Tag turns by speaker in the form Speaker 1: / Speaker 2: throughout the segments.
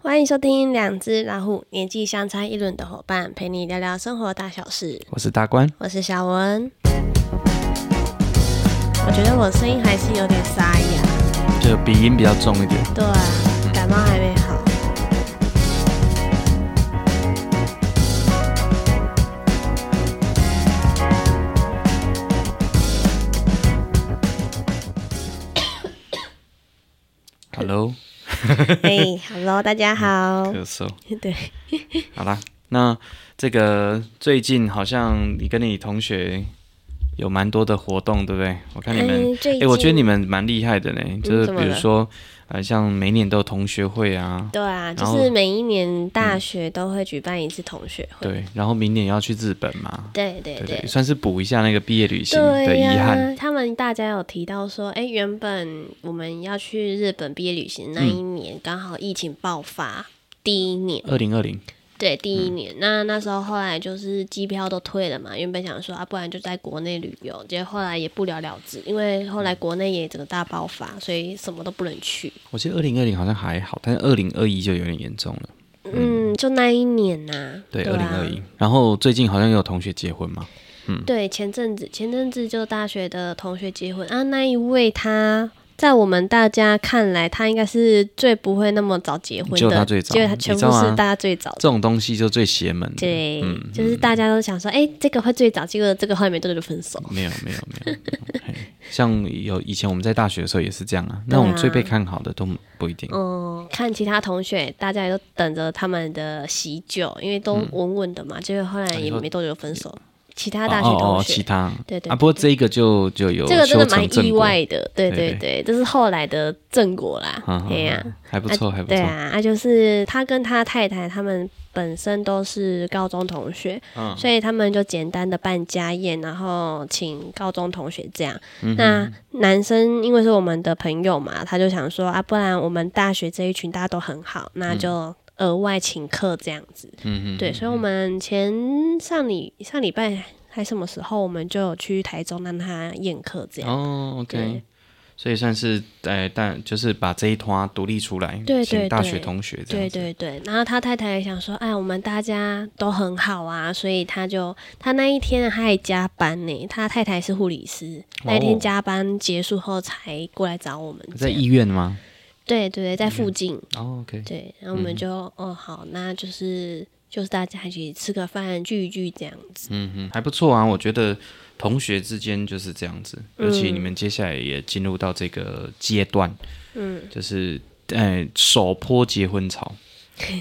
Speaker 1: 欢迎收听《两只老虎》，年纪相差一轮的伙伴陪你聊聊生活大小事。
Speaker 2: 我是大官，
Speaker 1: 我是小文。我觉得我声音还是有点沙哑，
Speaker 2: 就鼻音比较重一点。
Speaker 1: 对啊，感冒还没 好。
Speaker 2: Hello，
Speaker 1: 哎，Hello，大家好。
Speaker 2: 咳嗽。
Speaker 1: 对，
Speaker 2: 好啦，那这个最近好像你跟你同学有蛮多的活动，对不对？我看你们，
Speaker 1: 嗯最
Speaker 2: 哎、我觉得
Speaker 1: 近
Speaker 2: 你们蛮厉害的呢。就是
Speaker 1: 嗯怎么
Speaker 2: 比如
Speaker 1: 了
Speaker 2: 说，呃，像每年都有同学会啊，
Speaker 1: 对啊，就
Speaker 2: 然后嗯
Speaker 1: 是每一年大学都会举办一次同学会。
Speaker 2: 对，然后明年要去日本嘛，
Speaker 1: 对对
Speaker 2: 对
Speaker 1: 对
Speaker 2: 对，。算是补一下那个毕业旅行的
Speaker 1: 对
Speaker 2: 遗
Speaker 1: 呀、嗯
Speaker 2: 憾。嗯
Speaker 1: 他们大家有提到说，哎，原本我们要去日本毕业旅行那一年，刚好疫情爆发第一年，
Speaker 2: 二零二零，
Speaker 1: 对，第一年。那那时候后来就是机票都退了嘛，原本想说啊，不然就在国内旅游，结果后来也不了了之，因为后来国内也整个大爆发，所以什么都不能去。
Speaker 2: 我记得二零二零好像还好，但是二零二一就有点严重了。
Speaker 1: 嗯，就那一年呐、
Speaker 2: 对，
Speaker 1: 对
Speaker 2: 二零
Speaker 1: 啊
Speaker 2: 二一。然后最近好像也有同学结婚嘛，
Speaker 1: 对，前阵子前阵子就大学的同学结婚啊，那一位他在我们大家看来，他应该是最不会那么早结婚的，
Speaker 2: 就他最早
Speaker 1: 结果他
Speaker 2: 你
Speaker 1: 全部
Speaker 2: 知道
Speaker 1: 是
Speaker 2: 吗
Speaker 1: 大家最早的。
Speaker 2: 这种东西就最邪门的。
Speaker 1: 对，
Speaker 2: 嗯
Speaker 1: 就是大家都想说，哎、这个会最早，结果这个后面都就分手。
Speaker 2: 没有没有没有，没有 嘿像有以前我们在大学的时候也是这样啊，
Speaker 1: 对
Speaker 2: 那
Speaker 1: 啊
Speaker 2: 种最被看好的都不一定。
Speaker 1: 嗯，看其他同学，大家也都等着他们的喜酒，因为都稳稳的嘛，结果后来也
Speaker 2: 嗯你说
Speaker 1: 没多久分手。其他
Speaker 2: 哦
Speaker 1: 大学同学，
Speaker 2: 哦哦，其他
Speaker 1: 对对
Speaker 2: 啊，
Speaker 1: 对
Speaker 2: 不过这个就就有
Speaker 1: 这个真的
Speaker 2: 修成
Speaker 1: 蛮
Speaker 2: 正
Speaker 1: 意
Speaker 2: 果，
Speaker 1: 外的，对
Speaker 2: 对
Speaker 1: 对对，这是后来的正果啦
Speaker 2: 啊，，
Speaker 1: 对呀、
Speaker 2: 还不错还不
Speaker 1: 对
Speaker 2: 错，
Speaker 1: 啊，啊就是他跟他太太他们本身都是高中同学，
Speaker 2: 嗯
Speaker 1: 所以他们就简单的办家宴，然后请高中同学这样。
Speaker 2: 嗯
Speaker 1: 那男生因为是我们的朋友嘛，他就想说啊，不然我们大学这一群大家都很好，那就额外请客这样子。
Speaker 2: 嗯嗯嗯，
Speaker 1: 对，所以我们前上礼上礼拜还什么时候，我们就有去台中让他宴客这样。
Speaker 2: 哦，OK
Speaker 1: 对。
Speaker 2: 所以算是呃，但就是把这一团独立出来，
Speaker 1: 对对
Speaker 2: 请大学
Speaker 1: 对
Speaker 2: 同学这
Speaker 1: 对
Speaker 2: 样子，
Speaker 1: 对对，然后他太太也想说，哎，我们大家都很好啊，所以他就他那一天他还加班呢，他太太是护理师，那一天
Speaker 2: 哦
Speaker 1: 加班结束后才过来找我们这
Speaker 2: 在
Speaker 1: 样。
Speaker 2: 医院吗？
Speaker 1: 对对对，在附近。
Speaker 2: 哦，OK，
Speaker 1: 对，然后我们就、哦好，那就是就是大家一起吃个饭聚一聚这样子。
Speaker 2: 嗯哼，还不错啊，我觉得同学之间就是这样子，
Speaker 1: 嗯
Speaker 2: 尤其你们接下来也进入到这个阶段，
Speaker 1: 嗯，
Speaker 2: 就是呃首波结婚潮。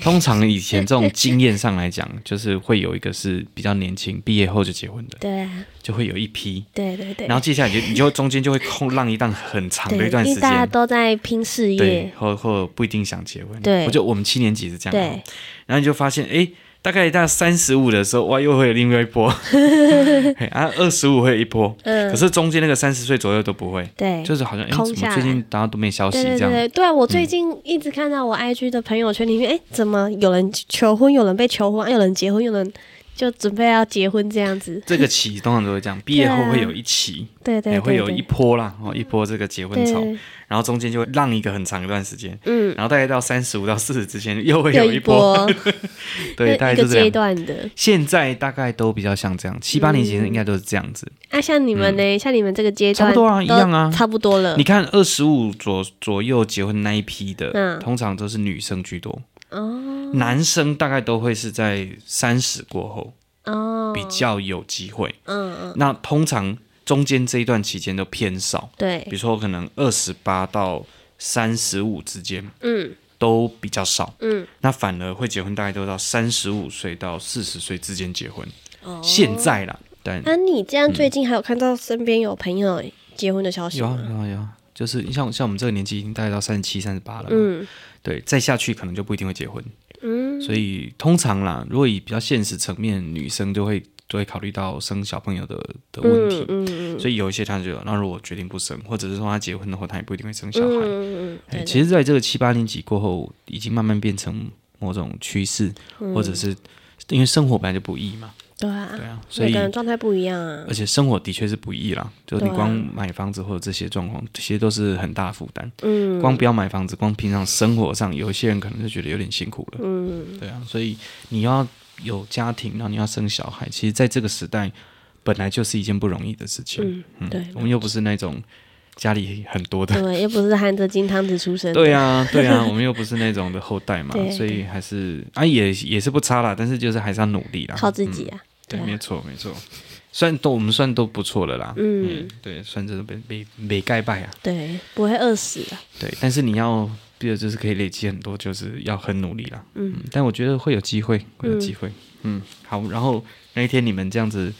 Speaker 2: 通常以前这种经验上来讲， 就是会有一个是比较年轻，毕业后就结婚的，
Speaker 1: 对啊，
Speaker 2: 就会有一批，
Speaker 1: 对对对。
Speaker 2: 然后接下来你就你就中间就会空浪一段很长的
Speaker 1: 对，
Speaker 2: 一段
Speaker 1: 因
Speaker 2: 时
Speaker 1: 为大家
Speaker 2: 间，
Speaker 1: 都在拼事
Speaker 2: 对
Speaker 1: 业，，
Speaker 2: 或或不一定想结婚，
Speaker 1: 对
Speaker 2: 我就我们七年级是这样啊，
Speaker 1: 对
Speaker 2: 然后你就发现，哎，大概到三十五的时候，哇，又会有另外 一波，嘿啊，二十五会有一波，可是中间那个三十岁左右都不会，
Speaker 1: 嗯对，
Speaker 2: 就是好像哎，诶
Speaker 1: 空
Speaker 2: 怎
Speaker 1: 下来
Speaker 2: 么最近大家都没消息
Speaker 1: 对对
Speaker 2: 这
Speaker 1: 对
Speaker 2: 样？嗯
Speaker 1: 对，对啊！我最近一直看到我 IG 的朋友圈里面，哎、怎么有人求婚，有人被求婚，啊有人结婚，有人就准备要结婚这样子。
Speaker 2: 这个期通常都 会这样，毕业后会有一期，
Speaker 1: 对啊对对
Speaker 2: 也哎会
Speaker 1: 对
Speaker 2: 有一波啦，哦，一波这个结婚
Speaker 1: 对
Speaker 2: 潮
Speaker 1: 对，
Speaker 2: 然后中间就会浪一个很长一段时间，
Speaker 1: 嗯，
Speaker 2: 然后大概到三十五到四十之间又会
Speaker 1: 又
Speaker 2: 一波，
Speaker 1: 波，
Speaker 2: 对，大概
Speaker 1: 一
Speaker 2: 就
Speaker 1: 个
Speaker 2: 这
Speaker 1: 阶
Speaker 2: 样。
Speaker 1: 段的。
Speaker 2: 现在大概都比较像这样，七八年前应该都是这样子。
Speaker 1: 啊，像你们呢？像你们这个阶段，
Speaker 2: 嗯差不多啊一样啊
Speaker 1: 差不多了
Speaker 2: 你。看二十五左左右结婚那一批的，
Speaker 1: 嗯
Speaker 2: 通常都是女生居多，
Speaker 1: 哦
Speaker 2: 男生大概都会是在三十过后
Speaker 1: 哦，
Speaker 2: 比较有机会。
Speaker 1: 嗯嗯，
Speaker 2: 那通常中间这一段期间都偏少，
Speaker 1: 对
Speaker 2: 比，如说可能二十八到三十五之间
Speaker 1: 嗯
Speaker 2: 都比较少，
Speaker 1: 嗯，
Speaker 2: 那反而会结婚大概都到三十五岁到四十岁之间结婚。
Speaker 1: 哦。
Speaker 2: 现在啦，但
Speaker 1: 啊，你这样最近还有看到身边有朋友结婚的消息
Speaker 2: 嗯有啊
Speaker 1: 吗？
Speaker 2: 有啊有啊，就是像像我们这个年纪已经大概到三十七、三十八了嘛，
Speaker 1: 嗯
Speaker 2: 对，再下去可能就不一定会结婚。
Speaker 1: 嗯，
Speaker 2: 所以通常啦，如果以比较现实层面，女生就会就会考虑到生小朋友的的啊问题
Speaker 1: 嗯，嗯嗯
Speaker 2: 所以有一些她就那如果决定不生，或者是说她结婚的话，她也不一定会生小孩。
Speaker 1: 嗯嗯嗯，
Speaker 2: 哎
Speaker 1: 对
Speaker 2: 其实在这个七八年级过后，
Speaker 1: 嗯
Speaker 2: 已经慢慢变成某种趋势，或者是因为生活本来就不易嘛，
Speaker 1: 对啊，
Speaker 2: 对啊，所
Speaker 1: 每
Speaker 2: 以哎
Speaker 1: 个人状态不一样啊
Speaker 2: 而。且生活的确是不易啦，就是你
Speaker 1: 对啊
Speaker 2: 光买房子或者这些状况，这些都是很大负担。
Speaker 1: 嗯
Speaker 2: 光不要买房子，光平常生活上，有一些人可能就觉得有点辛苦了。
Speaker 1: 嗯，
Speaker 2: 对啊，所以你要有家庭，然后你要生小孩，其实在这个时代本来就是一件不容易的事情。
Speaker 1: 嗯对
Speaker 2: 我们又不是那种家里很多的。
Speaker 1: 对，又不是含着金汤匙出生。
Speaker 2: 对啊，对啊，我们又不是那种的后代嘛
Speaker 1: 对，
Speaker 2: 所以还是啊也也是不差啦，但是就是还是要努力啦，
Speaker 1: 靠自
Speaker 2: 嗯
Speaker 1: 己啊。
Speaker 2: 对，
Speaker 1: 对啊
Speaker 2: 没错没错，算都我们算都不错了啦。
Speaker 1: 嗯，
Speaker 2: 对，算真的被被被盖败啊。
Speaker 1: 对，不会饿死啊的。
Speaker 2: 对，但是你要，比如就是可以累积很多，就是要很努力啦。
Speaker 1: 嗯，
Speaker 2: 但我觉得会有机会，会有
Speaker 1: 嗯
Speaker 2: 机会。嗯好。然后那一天你们这样子，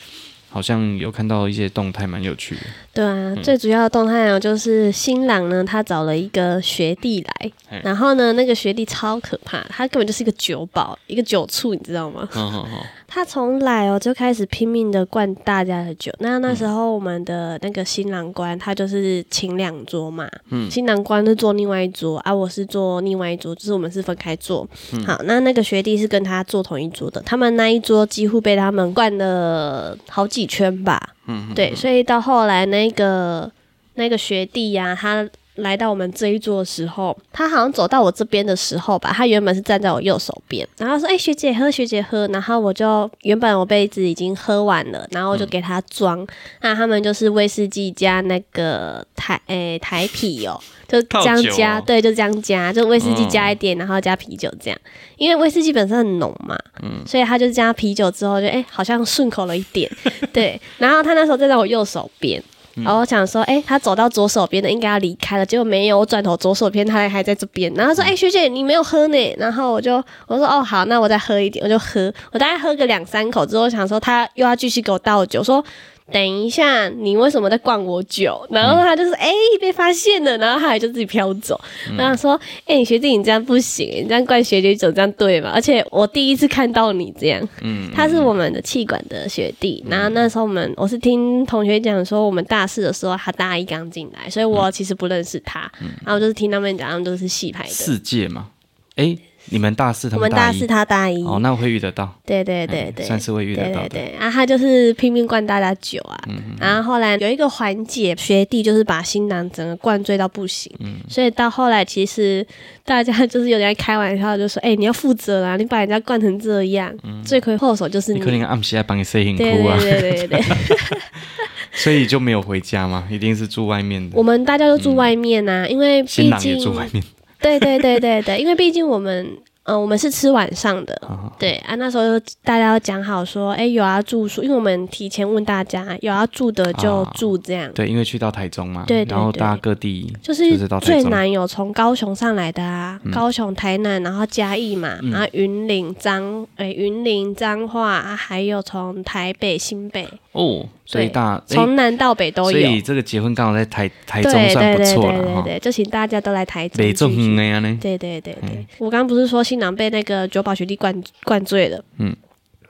Speaker 2: 好像有看到一些动态，蛮有趣的。
Speaker 1: 对啊，
Speaker 2: 嗯
Speaker 1: 最主要的动态呢，就是新郎呢，他找了一个学弟
Speaker 2: 嘿
Speaker 1: 来，然后呢，那个学弟超可怕，他根本就是一个酒保，一个酒醋，你知道吗？
Speaker 2: 好好好，
Speaker 1: 他从来哦就开始拼命的灌大家的酒。那那时候我们的那个新郎官他就是请两桌嘛，新郎官是坐另外一桌啊，我是坐另外一桌，就是我们是分开坐。好，那那个学弟是跟他坐同一桌的，他们那一桌几乎被他们灌了好几圈吧。
Speaker 2: 嗯，
Speaker 1: 对，所以到后来那个那个学弟呀、他来到我们这一桌的时候，他好像走到我这边的时候吧，他原本是站在我右手边，然后他说：“哎、学姐喝，学姐喝。”然后我就原本我杯子已经喝完了，然后我就
Speaker 2: 嗯
Speaker 1: 给他装。那他们就是威士忌加那个台诶、台啤哦，就这样
Speaker 2: 套酒
Speaker 1: 加，
Speaker 2: 哦
Speaker 1: 对，就这样加，就威士忌加一点，然后加啤酒这样。因为威士忌本身很浓嘛，所以他就加啤酒之后就哎、诶好像顺口了一点，对。然后他那时候站在我右手边，然后我想说，哎、他走到左手边的应该要离开了，结果没有，我转头左手边他还在这边，然后他说，哎、学姐你没有喝呢，然后我就我说哦好，那我再喝一点，我就喝，我大概喝个两三口之后，想说他又要继续给我倒酒，说。等一下，你为什么在灌我酒？然
Speaker 2: 嗯
Speaker 1: 后他就是哎、被发现了，然后他还就自己飘走。
Speaker 2: 嗯
Speaker 1: 然后说：“哎、你学弟，你这样不行，欸你这样灌学姐酒，这样对吗？而且我第一次看到你这样，
Speaker 2: 嗯，
Speaker 1: 他是我们的气管的学弟。然后那时候我们，我是听同学讲说，我们大四的时候他大一刚进来，所以
Speaker 2: 嗯
Speaker 1: 我其实不认识他。然后我就是听他们讲，他们都是戏排的。
Speaker 2: 世界嘛，哎，你们大四，他
Speaker 1: 我们
Speaker 2: 大
Speaker 1: 大
Speaker 2: 一
Speaker 1: 四，他大一，
Speaker 2: 哦，那会遇得到，
Speaker 1: 对对对
Speaker 2: 哎
Speaker 1: 对，
Speaker 2: 算是会遇得
Speaker 1: 对
Speaker 2: 到
Speaker 1: 对
Speaker 2: 的。
Speaker 1: 对，啊，他就是拼命灌大家酒啊，然后后来有一个环节，学弟就是把新郎整个灌醉到不行，所以到后来其实大家就是有点开玩笑，就说：“哎、你要负责啦，你把人家灌成这样，罪魁祸首就是
Speaker 2: 你
Speaker 1: 你。
Speaker 2: 可能暗时还帮你塞很
Speaker 1: 对
Speaker 2: 哭啊，
Speaker 1: 对对对对，
Speaker 2: 所以就没有回家嘛，一定是住外面的
Speaker 1: 我。们大家都住外面啊，因为毕
Speaker 2: 新郎也
Speaker 1: 竟
Speaker 2: 住外面，
Speaker 1: 对对对对对，因为毕竟我们呃我们是吃晚上的，
Speaker 2: 啊
Speaker 1: 对啊，那时候大家要讲好说，哎、有要住宿，因为我们提前问大家有要住的就
Speaker 2: 啊
Speaker 1: 住这样。
Speaker 2: 对，因为去到台中嘛，
Speaker 1: 对对
Speaker 2: 然后
Speaker 1: 对
Speaker 2: 大家各地
Speaker 1: 就是
Speaker 2: 就是到台
Speaker 1: 最
Speaker 2: 中嗯
Speaker 1: 难有从高雄上来的啊，高雄、台南，然后嘉义嘛，然后云林、彰诶云林、彰化，啊还有从台北、新北，
Speaker 2: 哦，所以
Speaker 1: 对
Speaker 2: 大哎
Speaker 1: 从南到北都
Speaker 2: 所
Speaker 1: 有。
Speaker 2: 以这个结婚刚好在台台
Speaker 1: 对
Speaker 2: 中
Speaker 1: 对
Speaker 2: 算
Speaker 1: 对
Speaker 2: 不
Speaker 1: 对
Speaker 2: 错了
Speaker 1: 对
Speaker 2: 哈，
Speaker 1: 对，就请大家都来台中
Speaker 2: 北
Speaker 1: 聚
Speaker 2: 中
Speaker 1: 聚。
Speaker 2: 那样呢，
Speaker 1: 对对对对，我刚刚不是说新郎被那个酒保学弟灌灌醉了，
Speaker 2: 嗯，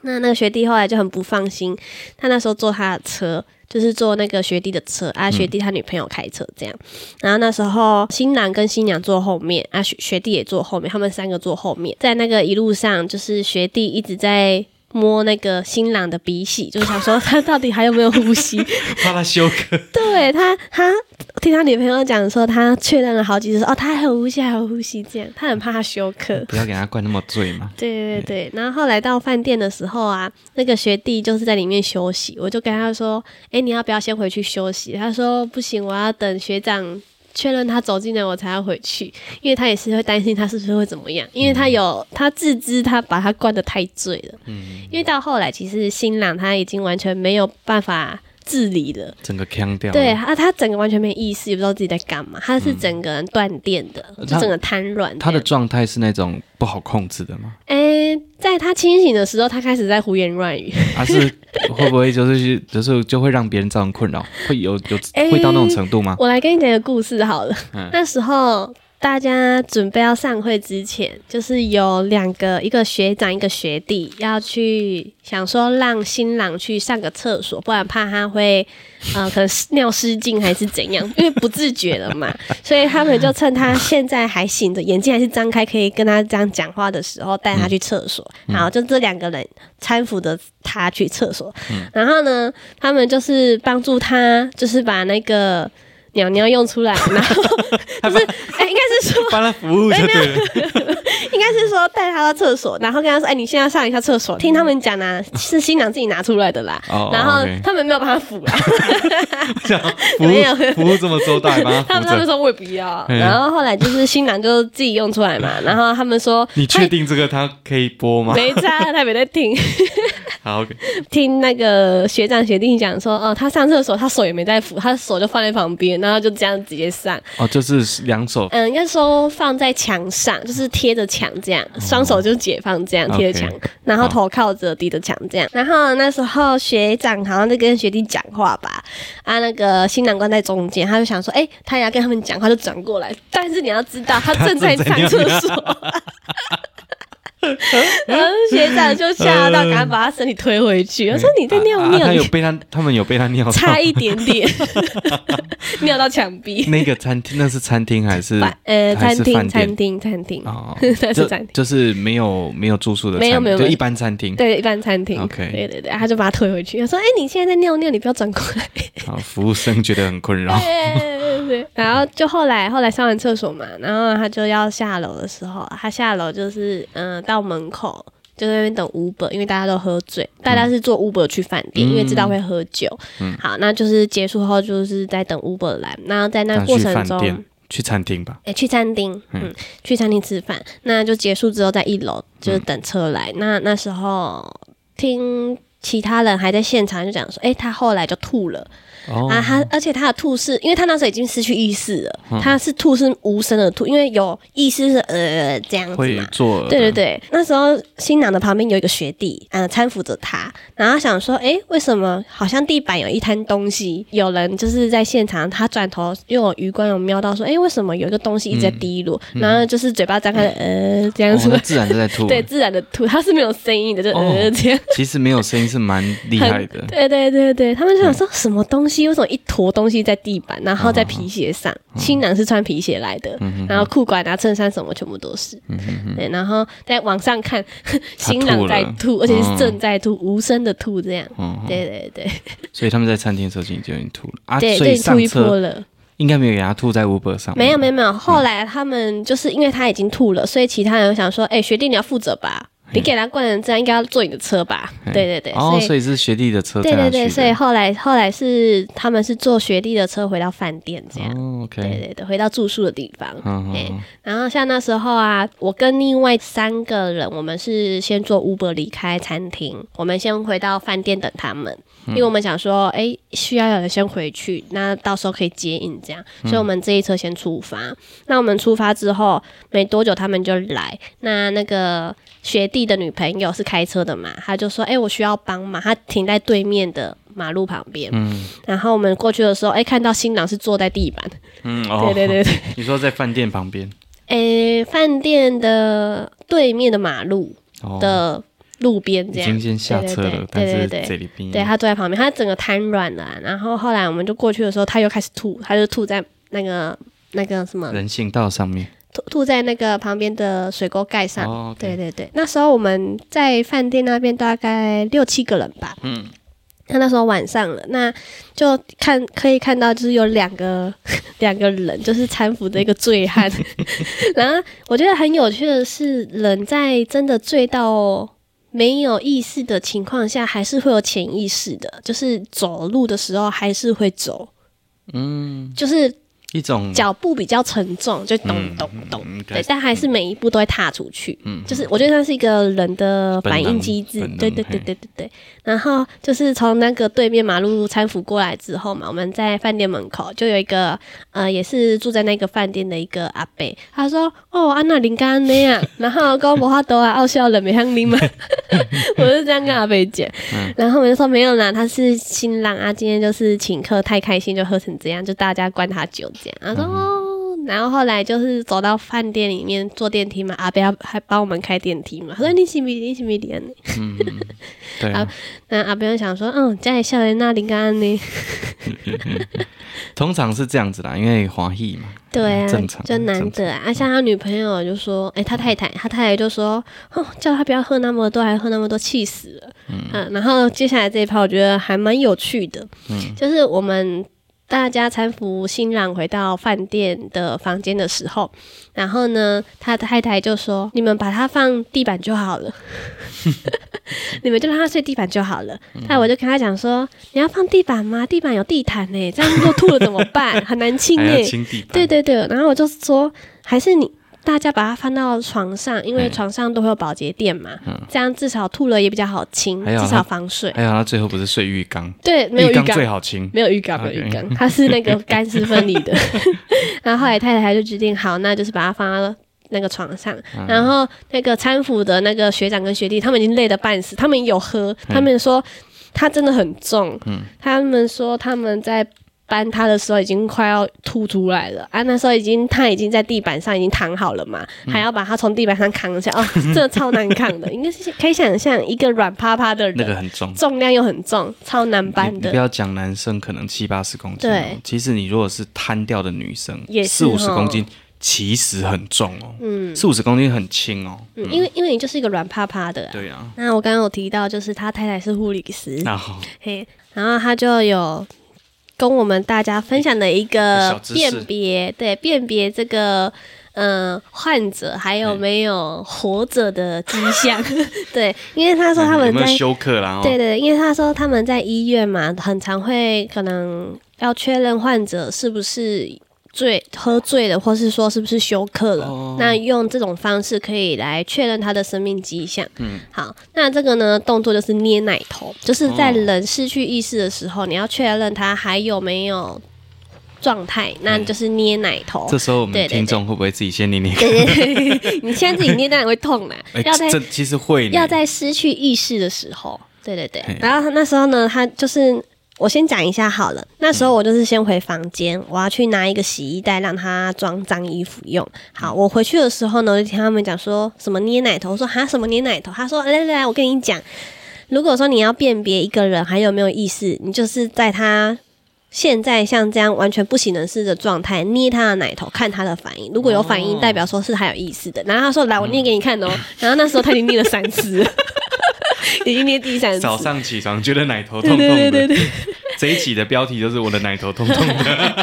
Speaker 1: 那那个学弟后来就很不放心，他那时候坐他的车，就是坐那个学弟的车啊，学弟他女朋友开车这样，然后那时候新郎跟新娘坐后面啊，学学弟也坐后面，他们三个坐后面，在那个一路上，就是学弟一直在。摸那个新郎的鼻息，就是想说 他到底还有没有呼吸？
Speaker 2: 怕他休克，
Speaker 1: 对他，他听他女朋友讲说，他确认了好几次，说哦，他还有呼吸，还有呼吸，这样他很怕他休克。
Speaker 2: 不要给他灌那么醉 嘛。
Speaker 1: 对对对，然后后来到饭店的时候啊，那个学弟就是在里面休息，我就跟他说：“哎，你要不要先回去休息？”他说：“不行，我要等学长确认他走进来，我才要回去，因为他也是会担心他是不是会怎么样，因为他有他自知他把他灌得太醉了，嗯，因为到后来其实新郎他已经完全没有办法自理了。”
Speaker 2: 整个腔掉了，
Speaker 1: 对啊，他整个完全没意识，也不知道自己在干嘛，他是整个人断电的，就
Speaker 2: 嗯呃他
Speaker 1: 整个瘫软这样。
Speaker 2: 他的状态是那种不好控制的嘛，
Speaker 1: 诶、在他清醒的时候，他开始在胡言乱语。
Speaker 2: 而、是会不会就是去就是就会让别人造成困扰，会有有
Speaker 1: 哎
Speaker 2: 会到那种程度吗？
Speaker 1: 我来跟你讲一个故事好了。那时候大家准备要散会之前，就是有两个，一个学长，一个学弟，要去想说让新郎去上个厕所，不然怕他会 呃可能尿失禁还是怎样， 因为不自觉了嘛，所以他们就趁他现在还醒着，眼睛还是张开，可以跟他这样讲话的时候，带他去厕所。好，就这两个人搀扶着他去厕所，然后呢，他们就是帮助他，就是把那个。鸟鸟用出 来，然后就是哎、应该是说
Speaker 3: 帮他服务就对了。
Speaker 1: 应该是说带他到厕所，然后跟他说：“哎、你现在上一下厕所。”听他们讲呢、是新郎自己拿出来的啦。
Speaker 3: 嗯哦
Speaker 1: 然后
Speaker 3: OK
Speaker 1: 他们没有帮他扶 啊啦，
Speaker 3: 这样服
Speaker 1: 没有
Speaker 3: 务服务这么周到，还帮他
Speaker 1: 他们
Speaker 3: 扶
Speaker 1: 他们
Speaker 3: 着。
Speaker 1: 说我也不要。
Speaker 3: 嗯
Speaker 1: 然后后来就是新郎就自己用出来嘛，然后他们说
Speaker 3: 你确定这个他可以播吗？
Speaker 1: 没差，他没在听。
Speaker 3: 好，OK，
Speaker 1: 听那个学长学弟讲说，哦，他上厕所他手也没在扶，他手就放在旁边，然后就这样直接上。
Speaker 3: 哦，就是两手
Speaker 1: 嗯，应该说放在墙上，就是贴着墙这样，双手就解放这样贴着墙
Speaker 3: 哦 OK，
Speaker 1: 然后头靠着抵着墙这样。然后那时候学长好像在跟学弟讲话吧，啊，那个新郎官在中间，他就想说，哎、他也要跟他们讲话，就转过来。但是你要知道，他 正在
Speaker 3: 正在
Speaker 1: 上
Speaker 3: 尿
Speaker 1: 厕所。然后学长就吓到，赶快把他身体推回去。他说：“你在尿
Speaker 3: 啊啊
Speaker 1: 尿，
Speaker 3: 他有
Speaker 1: 你
Speaker 3: 被他他们有被他尿到。
Speaker 1: 差一点 点， 尿到墙壁。
Speaker 3: 那个餐厅那是餐厅还是
Speaker 1: 饭”呃，
Speaker 3: 还
Speaker 1: 餐
Speaker 3: 是
Speaker 1: 厅，
Speaker 3: 饭店
Speaker 1: 餐厅，餐厅。
Speaker 3: 哦
Speaker 1: 那是
Speaker 3: 就
Speaker 1: 餐厅
Speaker 3: 就是没有没有住宿的餐，
Speaker 1: 没有没有
Speaker 3: 就
Speaker 1: 没有
Speaker 3: 一般餐厅。
Speaker 1: 对，一般餐厅。
Speaker 3: 嗯 OK
Speaker 1: 对对对，他就把他推回去，他说：“哎、你现在在尿尿，你不要转过来。。
Speaker 3: 好，哦服务生觉得很困扰
Speaker 1: 对对对。然后就后来后来上完厕所嘛，然后他就要下楼的时候，他下楼就是嗯、呃到门口。就在那边等 Uber，因为大家都喝醉，大家是坐 Uber 去饭店，
Speaker 3: 嗯
Speaker 1: 因为知道会喝酒。好，那就是结束后就是在等 Uber 来，然后 在那
Speaker 3: 想
Speaker 1: 过
Speaker 3: 去
Speaker 1: 程
Speaker 3: 饭
Speaker 1: 中，
Speaker 3: 店，去餐厅吧。
Speaker 1: 哎、去餐厅，嗯，去餐厅吃饭，那就结束之后在一楼就是
Speaker 3: 嗯
Speaker 1: 等车来。那那时候听其他人还在现场就讲说，哎、他后来就吐了、
Speaker 3: 哦，
Speaker 1: 啊，他而且他的吐是因为他那时候已经失去意识了，
Speaker 3: 嗯
Speaker 1: 他是吐是无声的吐，因为有意识是呃这样子
Speaker 3: 会
Speaker 1: 嘛。
Speaker 3: 做
Speaker 1: 对对对，那时候新郎的旁边有一个学弟，嗯、搀扶着他，然后他想说，哎，为什么好像地板有一滩东西？有人就是在现场，他转头，因为我余光有瞄到说，哎，为什么有一个东西一直在滴落？然后就是嘴巴张开，呃，这样
Speaker 3: 嗯哦，
Speaker 1: 子，
Speaker 3: 那自然就在吐。
Speaker 1: 对，，自然的吐，他是没有声音的，就呃、
Speaker 3: 哦
Speaker 1: 这样。
Speaker 3: 其实没有声音是蛮厉害 的。
Speaker 1: 对对对对，他们就想说什么东西？为什么一坨东西在地板，然后在皮鞋上？
Speaker 3: 嗯
Speaker 1: 新郎是穿皮鞋来的，然后裤管啊、衬衫什么全部都是。
Speaker 3: 嗯
Speaker 1: 对，然后在往上看，新郎在吐，而且是正在吐，无声的吐这样。
Speaker 3: 嗯，
Speaker 1: 对对对，
Speaker 3: 所以他们在餐厅的时候就已经吐了啊，
Speaker 1: 对
Speaker 3: 所以
Speaker 1: 对，
Speaker 3: 上
Speaker 1: 吐一波
Speaker 3: 车嗯
Speaker 1: 了。
Speaker 3: 应该没有给他吐在 Uber 上，
Speaker 1: 没有没有没有，后来他们就是因为他已经吐了，所以其他人想说，哎，学弟你要负责吧，你给他灌成这样，应该要坐你的车吧？
Speaker 3: 嗯
Speaker 1: 对对对，
Speaker 3: 哦，
Speaker 1: 所以
Speaker 3: 所以是学弟的车载
Speaker 1: 对
Speaker 3: 他
Speaker 1: 对
Speaker 3: 去的
Speaker 1: 对，所以后来后来是他们是坐学弟的车回到饭店这样。
Speaker 3: 哦
Speaker 1: 对
Speaker 3: ，OK，
Speaker 1: 对对，回到住宿的地方。
Speaker 3: 嗯
Speaker 1: 对
Speaker 3: 嗯，
Speaker 1: 然后像那时候啊，我跟另外三个人，我们是先坐 Uber 离开餐厅，我们先回到饭店等他们，因为我们想说，哎，需要有人先回去，那到时候可以接应这样，所以我们这一车先出发。那我们出发之后没多久，他们就来，那那个学弟的女朋友是开车的嘛，他就说，哎，我需要帮忙，他停在对面的。马路旁边，然后我们过去的时候，哎，看到新郎是坐在地板，
Speaker 3: 嗯，哦，
Speaker 1: 对对对对，
Speaker 3: 你说在饭店旁边，
Speaker 1: 诶，饭店的对面的马路
Speaker 3: 哦，
Speaker 1: 的路边这
Speaker 3: 已
Speaker 1: 样
Speaker 3: 经，先下车了，但
Speaker 1: 对对对
Speaker 3: 是
Speaker 1: 对对
Speaker 3: 这里边
Speaker 1: 对他坐在旁边，他整个瘫软了啊、然后后来我们就过去的时候，他又开始吐，他就吐在那个那个什么，
Speaker 3: 人行道上面，
Speaker 1: 吐吐在那个旁边的水沟盖上。
Speaker 3: 哦，OK
Speaker 1: 对对对，那时候我们在饭店那边大概六七个人吧。嗯。那那时候晚上了，那就看可以看到，就是有两个 两个人，就是搀扶着一个醉汉。然后我觉得很有趣的是，人在真的醉到没有意识的情况下，还是会有潜意识的，就是走路的时候还是会走，嗯，就是
Speaker 3: 一种
Speaker 1: 脚步比较沉重，就咚咚咚，
Speaker 3: 嗯
Speaker 1: 对，但还是每一步都会踏出去。就是我觉得那是一个人的反应机制
Speaker 3: 本能，
Speaker 1: 对
Speaker 3: 本能
Speaker 1: 对对
Speaker 3: 嘿
Speaker 1: 对对对。然后就是从那个对面马路搀扶过来之后嘛，我们在饭店门口就有一个呃，也是住在那个饭店的一个阿伯，他说：“哦，安娜林干那样。”然后跟我无法度啊，傲笑人没向你嘛， 我就这样跟阿伯讲。 然后我就说没有啦，他是新郎啊，今天就是请客太开心就喝成这样，就大家灌他酒这样。他说、哦，然后后来就是走到饭店里面坐电梯嘛，阿伯还帮我们开电梯嘛，他说你是不是你是不是脸呢？
Speaker 2: 嗯，对啊，
Speaker 1: 那阿伯就想说，嗯，家里下来那灵感呢？
Speaker 2: 通常是这样子啦，因为华裔嘛，
Speaker 1: 对啊
Speaker 2: 正常，
Speaker 1: 就难
Speaker 2: 正常
Speaker 1: 得啊。啊像他女朋友就说，哎、他太太，他太太就说，哦，叫他不要喝那么多，还喝那么多，气死了。嗯、然后接下来这一趴，我觉得还蛮有趣的，
Speaker 2: 嗯
Speaker 1: 就是我们。大家搀扶新郎回到饭店的房间的时候，然后呢，他太太就说：“你们把他放地板就好 了，你们就让他睡地板就好了。”
Speaker 2: 嗯
Speaker 1: 那我就跟他讲说：“你要放地板吗？地板有地毯呢、欸这样如果吐了怎么 办？很难清
Speaker 2: 还
Speaker 1: 哎、
Speaker 2: 要清地板，
Speaker 1: 对对对，然后我就说，还是你大家把它翻到床上，因为
Speaker 2: 嗯
Speaker 1: 床上都会有保洁垫嘛，这样至少吐了也比较好清，
Speaker 2: 还有
Speaker 1: 至
Speaker 2: 它
Speaker 1: 少防水。
Speaker 2: 还有哎他最后不是睡浴缸，
Speaker 1: 对，没有浴
Speaker 2: 缸
Speaker 1: 缸
Speaker 2: 最，好清，
Speaker 1: 没有浴缸，没
Speaker 2: OK
Speaker 1: 有浴缸，它是那个干湿分离 的。然后后来太太就决定，好，那就是把它放到。那个床上，
Speaker 2: 啊
Speaker 1: 然后那个搀扶的那个学长跟学弟，他们已经累得半死，他们有喝，他们说他真的很重，
Speaker 2: 嗯
Speaker 1: 他们说他们在搬他的时候已经快要吐出来了啊，那时候已经他已经在地板上已经躺好了嘛，
Speaker 2: 嗯
Speaker 1: 还要把他从地板上扛下， 哦，这超难扛的，应该是可以想象一个软趴趴的人，
Speaker 2: 那个很重。
Speaker 1: 重量又很重，超难搬
Speaker 2: 你你
Speaker 1: 的
Speaker 2: 不。要讲男生可能七八十公斤、哦
Speaker 1: 对，
Speaker 2: 其实你如果是瘫掉的女生
Speaker 1: 也，是
Speaker 2: 四五十
Speaker 1: 哦
Speaker 2: 公斤其实很重哦，嗯，四五十公斤很轻哦，
Speaker 1: 嗯因为因为你就是一个软趴趴的啊、
Speaker 2: 对啊，
Speaker 1: 那我刚刚有提到，就是他太太是护理师，
Speaker 2: 然后
Speaker 1: 嘿，然后他就有跟我们大家分享了一
Speaker 2: 小
Speaker 1: 个
Speaker 2: 知识
Speaker 1: 辨别，对辨别这个嗯、呃患者还
Speaker 2: 嗯
Speaker 1: 有没有活着的迹象， 对，因为他说他
Speaker 2: 有
Speaker 1: 们
Speaker 2: 没有
Speaker 1: 在
Speaker 2: 休克啦？哦
Speaker 1: 对对，因为他说他们在医院嘛，很常会可能要确认患者是不是醉、喝醉了，或是说是不是休克了。
Speaker 2: 哦
Speaker 1: 那用这种方式可以来确认他的生命迹象。嗯，好，那这个呢动作就是捏奶头，就是在
Speaker 2: 哦
Speaker 1: 人失去意识的时候，你要确认他还有没有状态，那就是捏奶头。
Speaker 2: 这时候我们
Speaker 1: 对对对
Speaker 2: 听众会不会自己先拧拧？
Speaker 1: 对对对， 你现在自己捏当然会痛啦，
Speaker 2: 哎，
Speaker 1: 要在
Speaker 2: 这其实会呢
Speaker 1: 要在失去意识的时候，对对对
Speaker 2: 嘿。
Speaker 1: 然后他那时候呢，他就是我先讲一下好了。那时候我就是先回房间，我要去拿一个洗衣袋让他装脏衣服用。
Speaker 2: 嗯
Speaker 1: 好，我回去的时候呢，我就听他们讲说什么捏奶头，我说哈什么捏奶头，他说来来来，我跟你讲，如果说你要辨别一个人还有没有意识，你就是在他。现在像这样完全不省人事的状态，捏他的奶头，看他的反应。如果有反应，
Speaker 2: 哦
Speaker 1: 代表说是他有意识的。然后他说：“来， 我捏给你看哦。”然后那时候他已经捏了三次了，已经捏第三次。
Speaker 2: 早 上起床觉得奶头痛痛
Speaker 1: 对对对
Speaker 2: 的， 这一期的标题就是我的奶头痛痛的，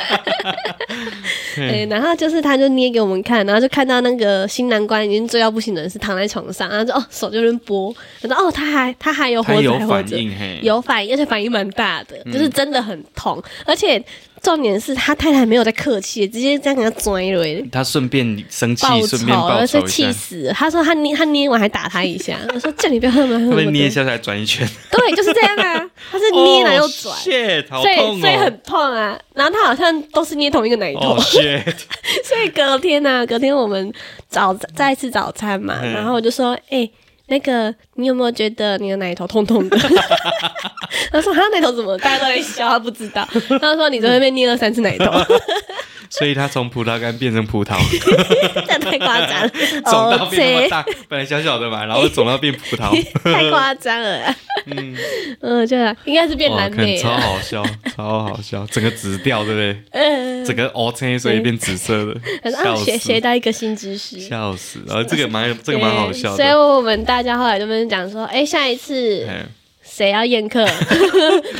Speaker 1: 对，然后就是他就捏给我们看，然后就看到那个新郎官已经醉到不省人事，躺在床上，然后就哦手就在那边拨，然后哦他还他 还有
Speaker 2: 他
Speaker 1: 活着，
Speaker 2: 有
Speaker 1: 还活
Speaker 2: 反
Speaker 1: 着，
Speaker 2: 应嘿，
Speaker 1: 有反应，而且反应蛮大的，
Speaker 2: 嗯
Speaker 1: 就是真的很痛，而且重点是他太太没有在客气，直接这样给他拽了。
Speaker 2: 他顺便生气
Speaker 1: 报，
Speaker 2: 顺便
Speaker 1: 仇，
Speaker 2: 报
Speaker 1: 而且
Speaker 2: 仇一
Speaker 1: 气
Speaker 2: 下，
Speaker 1: 死了。他说他捏他捏完还打他一下，我说叫你不要喝那么
Speaker 2: 他
Speaker 1: 喝 那
Speaker 2: 被
Speaker 1: 么
Speaker 2: 捏一
Speaker 1: 多。
Speaker 2: 下再转一圈，
Speaker 1: 对，就是这样 啊，他是 捏然又转
Speaker 2: Oh,，，shit，好
Speaker 1: 所以
Speaker 2: 痛
Speaker 1: 所以
Speaker 2: 哦
Speaker 1: 很痛啊。然后他好像都是捏同一个奶头
Speaker 2: 哦，shit，
Speaker 1: 所以隔天呢、啊，隔天我们早再吃早餐嘛，
Speaker 2: 嗯
Speaker 1: 然后我就说，哎、那个你有没有觉得你的奶头痛痛的？ 他说他奶头怎么了？大家都在笑，他不知道。他说你昨天被捏了三次奶 头，
Speaker 2: 所以他从葡萄干变成 葡萄，
Speaker 1: 这样太夸张了。
Speaker 2: 肿到变那么
Speaker 1: OK，
Speaker 2: 大，本来小小的嘛，然后肿到变 葡萄，
Speaker 1: 太夸张了啦。嗯，就应该是变啊
Speaker 2: 哇，
Speaker 1: 蓝
Speaker 2: 看
Speaker 1: 莓
Speaker 2: 超
Speaker 1: 了。
Speaker 2: 好笑，超好笑，整个紫掉，对不对？
Speaker 1: 嗯，
Speaker 2: 整个 O K，所以变紫色 的，
Speaker 1: 可是啊，
Speaker 2: 笑
Speaker 1: 学学
Speaker 2: 死，
Speaker 1: 到一个新知识。
Speaker 2: 笑死，然后这个蛮这个蛮好
Speaker 1: 对
Speaker 2: 笑
Speaker 1: 所以
Speaker 2: 的，
Speaker 1: 我们大家后来就跟讲说，哎、下一次
Speaker 2: 哎
Speaker 1: 谁要宴客，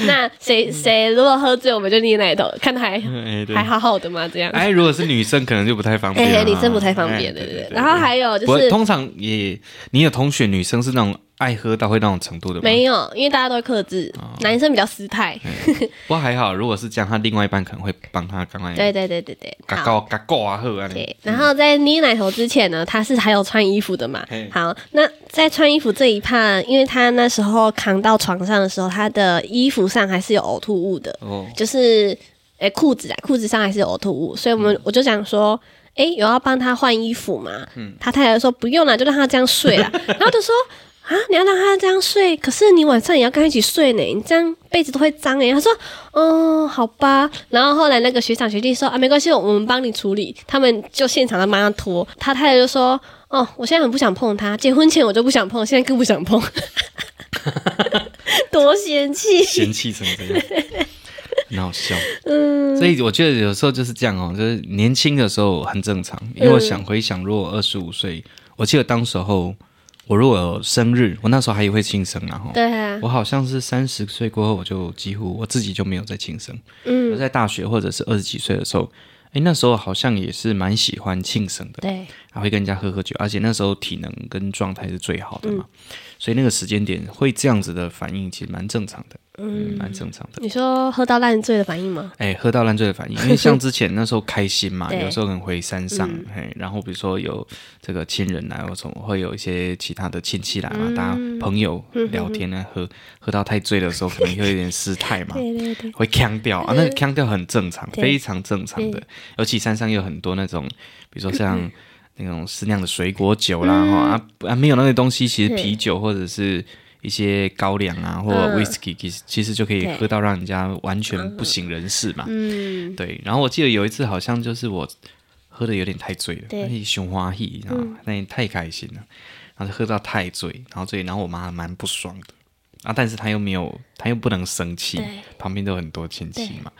Speaker 1: 那
Speaker 2: 嗯
Speaker 1: 谁谁如果喝醉，我们就捏奶头，看他还
Speaker 2: 哎对
Speaker 1: 还。好好的吗？这样。
Speaker 2: 哎，如果是女生，可能就不太方便
Speaker 1: 哎，
Speaker 2: 了。
Speaker 1: 女生不太方便，
Speaker 2: 哎
Speaker 1: 对对对。然后还有就
Speaker 2: 不
Speaker 1: 是
Speaker 2: 通常也，你有同学女生是那种爱喝到会那种程度的吗？
Speaker 1: 没有，因为大家都克制，
Speaker 2: 哦
Speaker 1: 男生比较失态。
Speaker 2: 哎不过还好，如果是这样，他另外一半可能会帮他赶快
Speaker 1: 对对对对对，
Speaker 2: 嘎
Speaker 1: 好。
Speaker 2: 告嘎告啊喝啊。
Speaker 1: 对，然后在捏奶头之前呢，他是还有穿衣服的嘛
Speaker 2: 嘿。
Speaker 1: 好，那在穿衣服这一趴，因为他那时候扛到床上的时候，他的衣服上还是有呕吐物的。
Speaker 2: 哦，
Speaker 1: 就是诶裤子啊，裤子上还是有呕吐物，所以我们、我就想说，诶，有要帮他换衣服吗？他太太就说不用了，就让他这样睡了。然后就说啊，啊，你要让他这样睡，可是你晚上也要跟他一起睡呢，你这样被子都会脏哎。他说，哦，好吧。然后后来那个学长学弟说啊，没关系，我们帮你处理。他们就现场的帮他拖，他太太就说，哦，我现在很不想碰他，结婚前我就不想碰，现在更不想碰， 多嫌弃。
Speaker 3: 嫌弃成这 样，很好笑。
Speaker 1: 嗯
Speaker 2: 所以我觉得有时候就是这样哦，就是年轻的时候很正常，因为我想回想，如果二十五岁，我记得当时候我如果有生日，我那时候还也会庆生啊，吼
Speaker 1: 对啊，
Speaker 2: 我好像是三十岁过后，我就几乎我自己就没有再庆生。我
Speaker 1: 嗯，
Speaker 2: 在大学或者是二十几岁的时候，哎，那时候好像也是蛮喜欢庆生的，
Speaker 1: 对，
Speaker 2: 还会跟人家喝喝酒，而且那时候体能跟状态是最好的嘛，
Speaker 1: 嗯
Speaker 2: 所以那个时间点会这样子的反应，其实蛮正常的，嗯，蛮正常的。
Speaker 1: 你说喝到烂醉的反应吗？
Speaker 2: 哎，喝到烂醉的反应，因为像之前那时候开心嘛，
Speaker 1: 对
Speaker 2: 有时候可能回山上，嘿，然后比如说有这个亲人啊来，或什么，会有一些其他的亲戚来嘛，大家朋友聊天啊，喝喝到太醉的时候，可能会有点失 态嘛，
Speaker 1: 对对对，
Speaker 2: 会腔调啊，那个腔调很正常，
Speaker 1: 对
Speaker 2: 非常正常的。尤其山上有很多那种，比如说 像那种适量的水果酒啦，哈啊啊，没有那些东西，其
Speaker 1: 嗯
Speaker 2: 实
Speaker 1: 对
Speaker 2: 啤酒或者是一些高粱啊，或
Speaker 1: 嗯
Speaker 2: whisky，其实其实就可以
Speaker 1: 对
Speaker 2: 喝到让人家完全不省人事嘛。
Speaker 1: 嗯，
Speaker 2: 对，然后我记得有一次好像就是我喝的有点太醉了，
Speaker 1: 对嗯
Speaker 2: 那熊花戏，你知道吗？那也太开心了，然后就喝到太醉，然后醉，然后我妈蛮不爽的啊，但是她又没有，她又不能生气
Speaker 1: 对，
Speaker 2: 旁边都有很多亲戚嘛。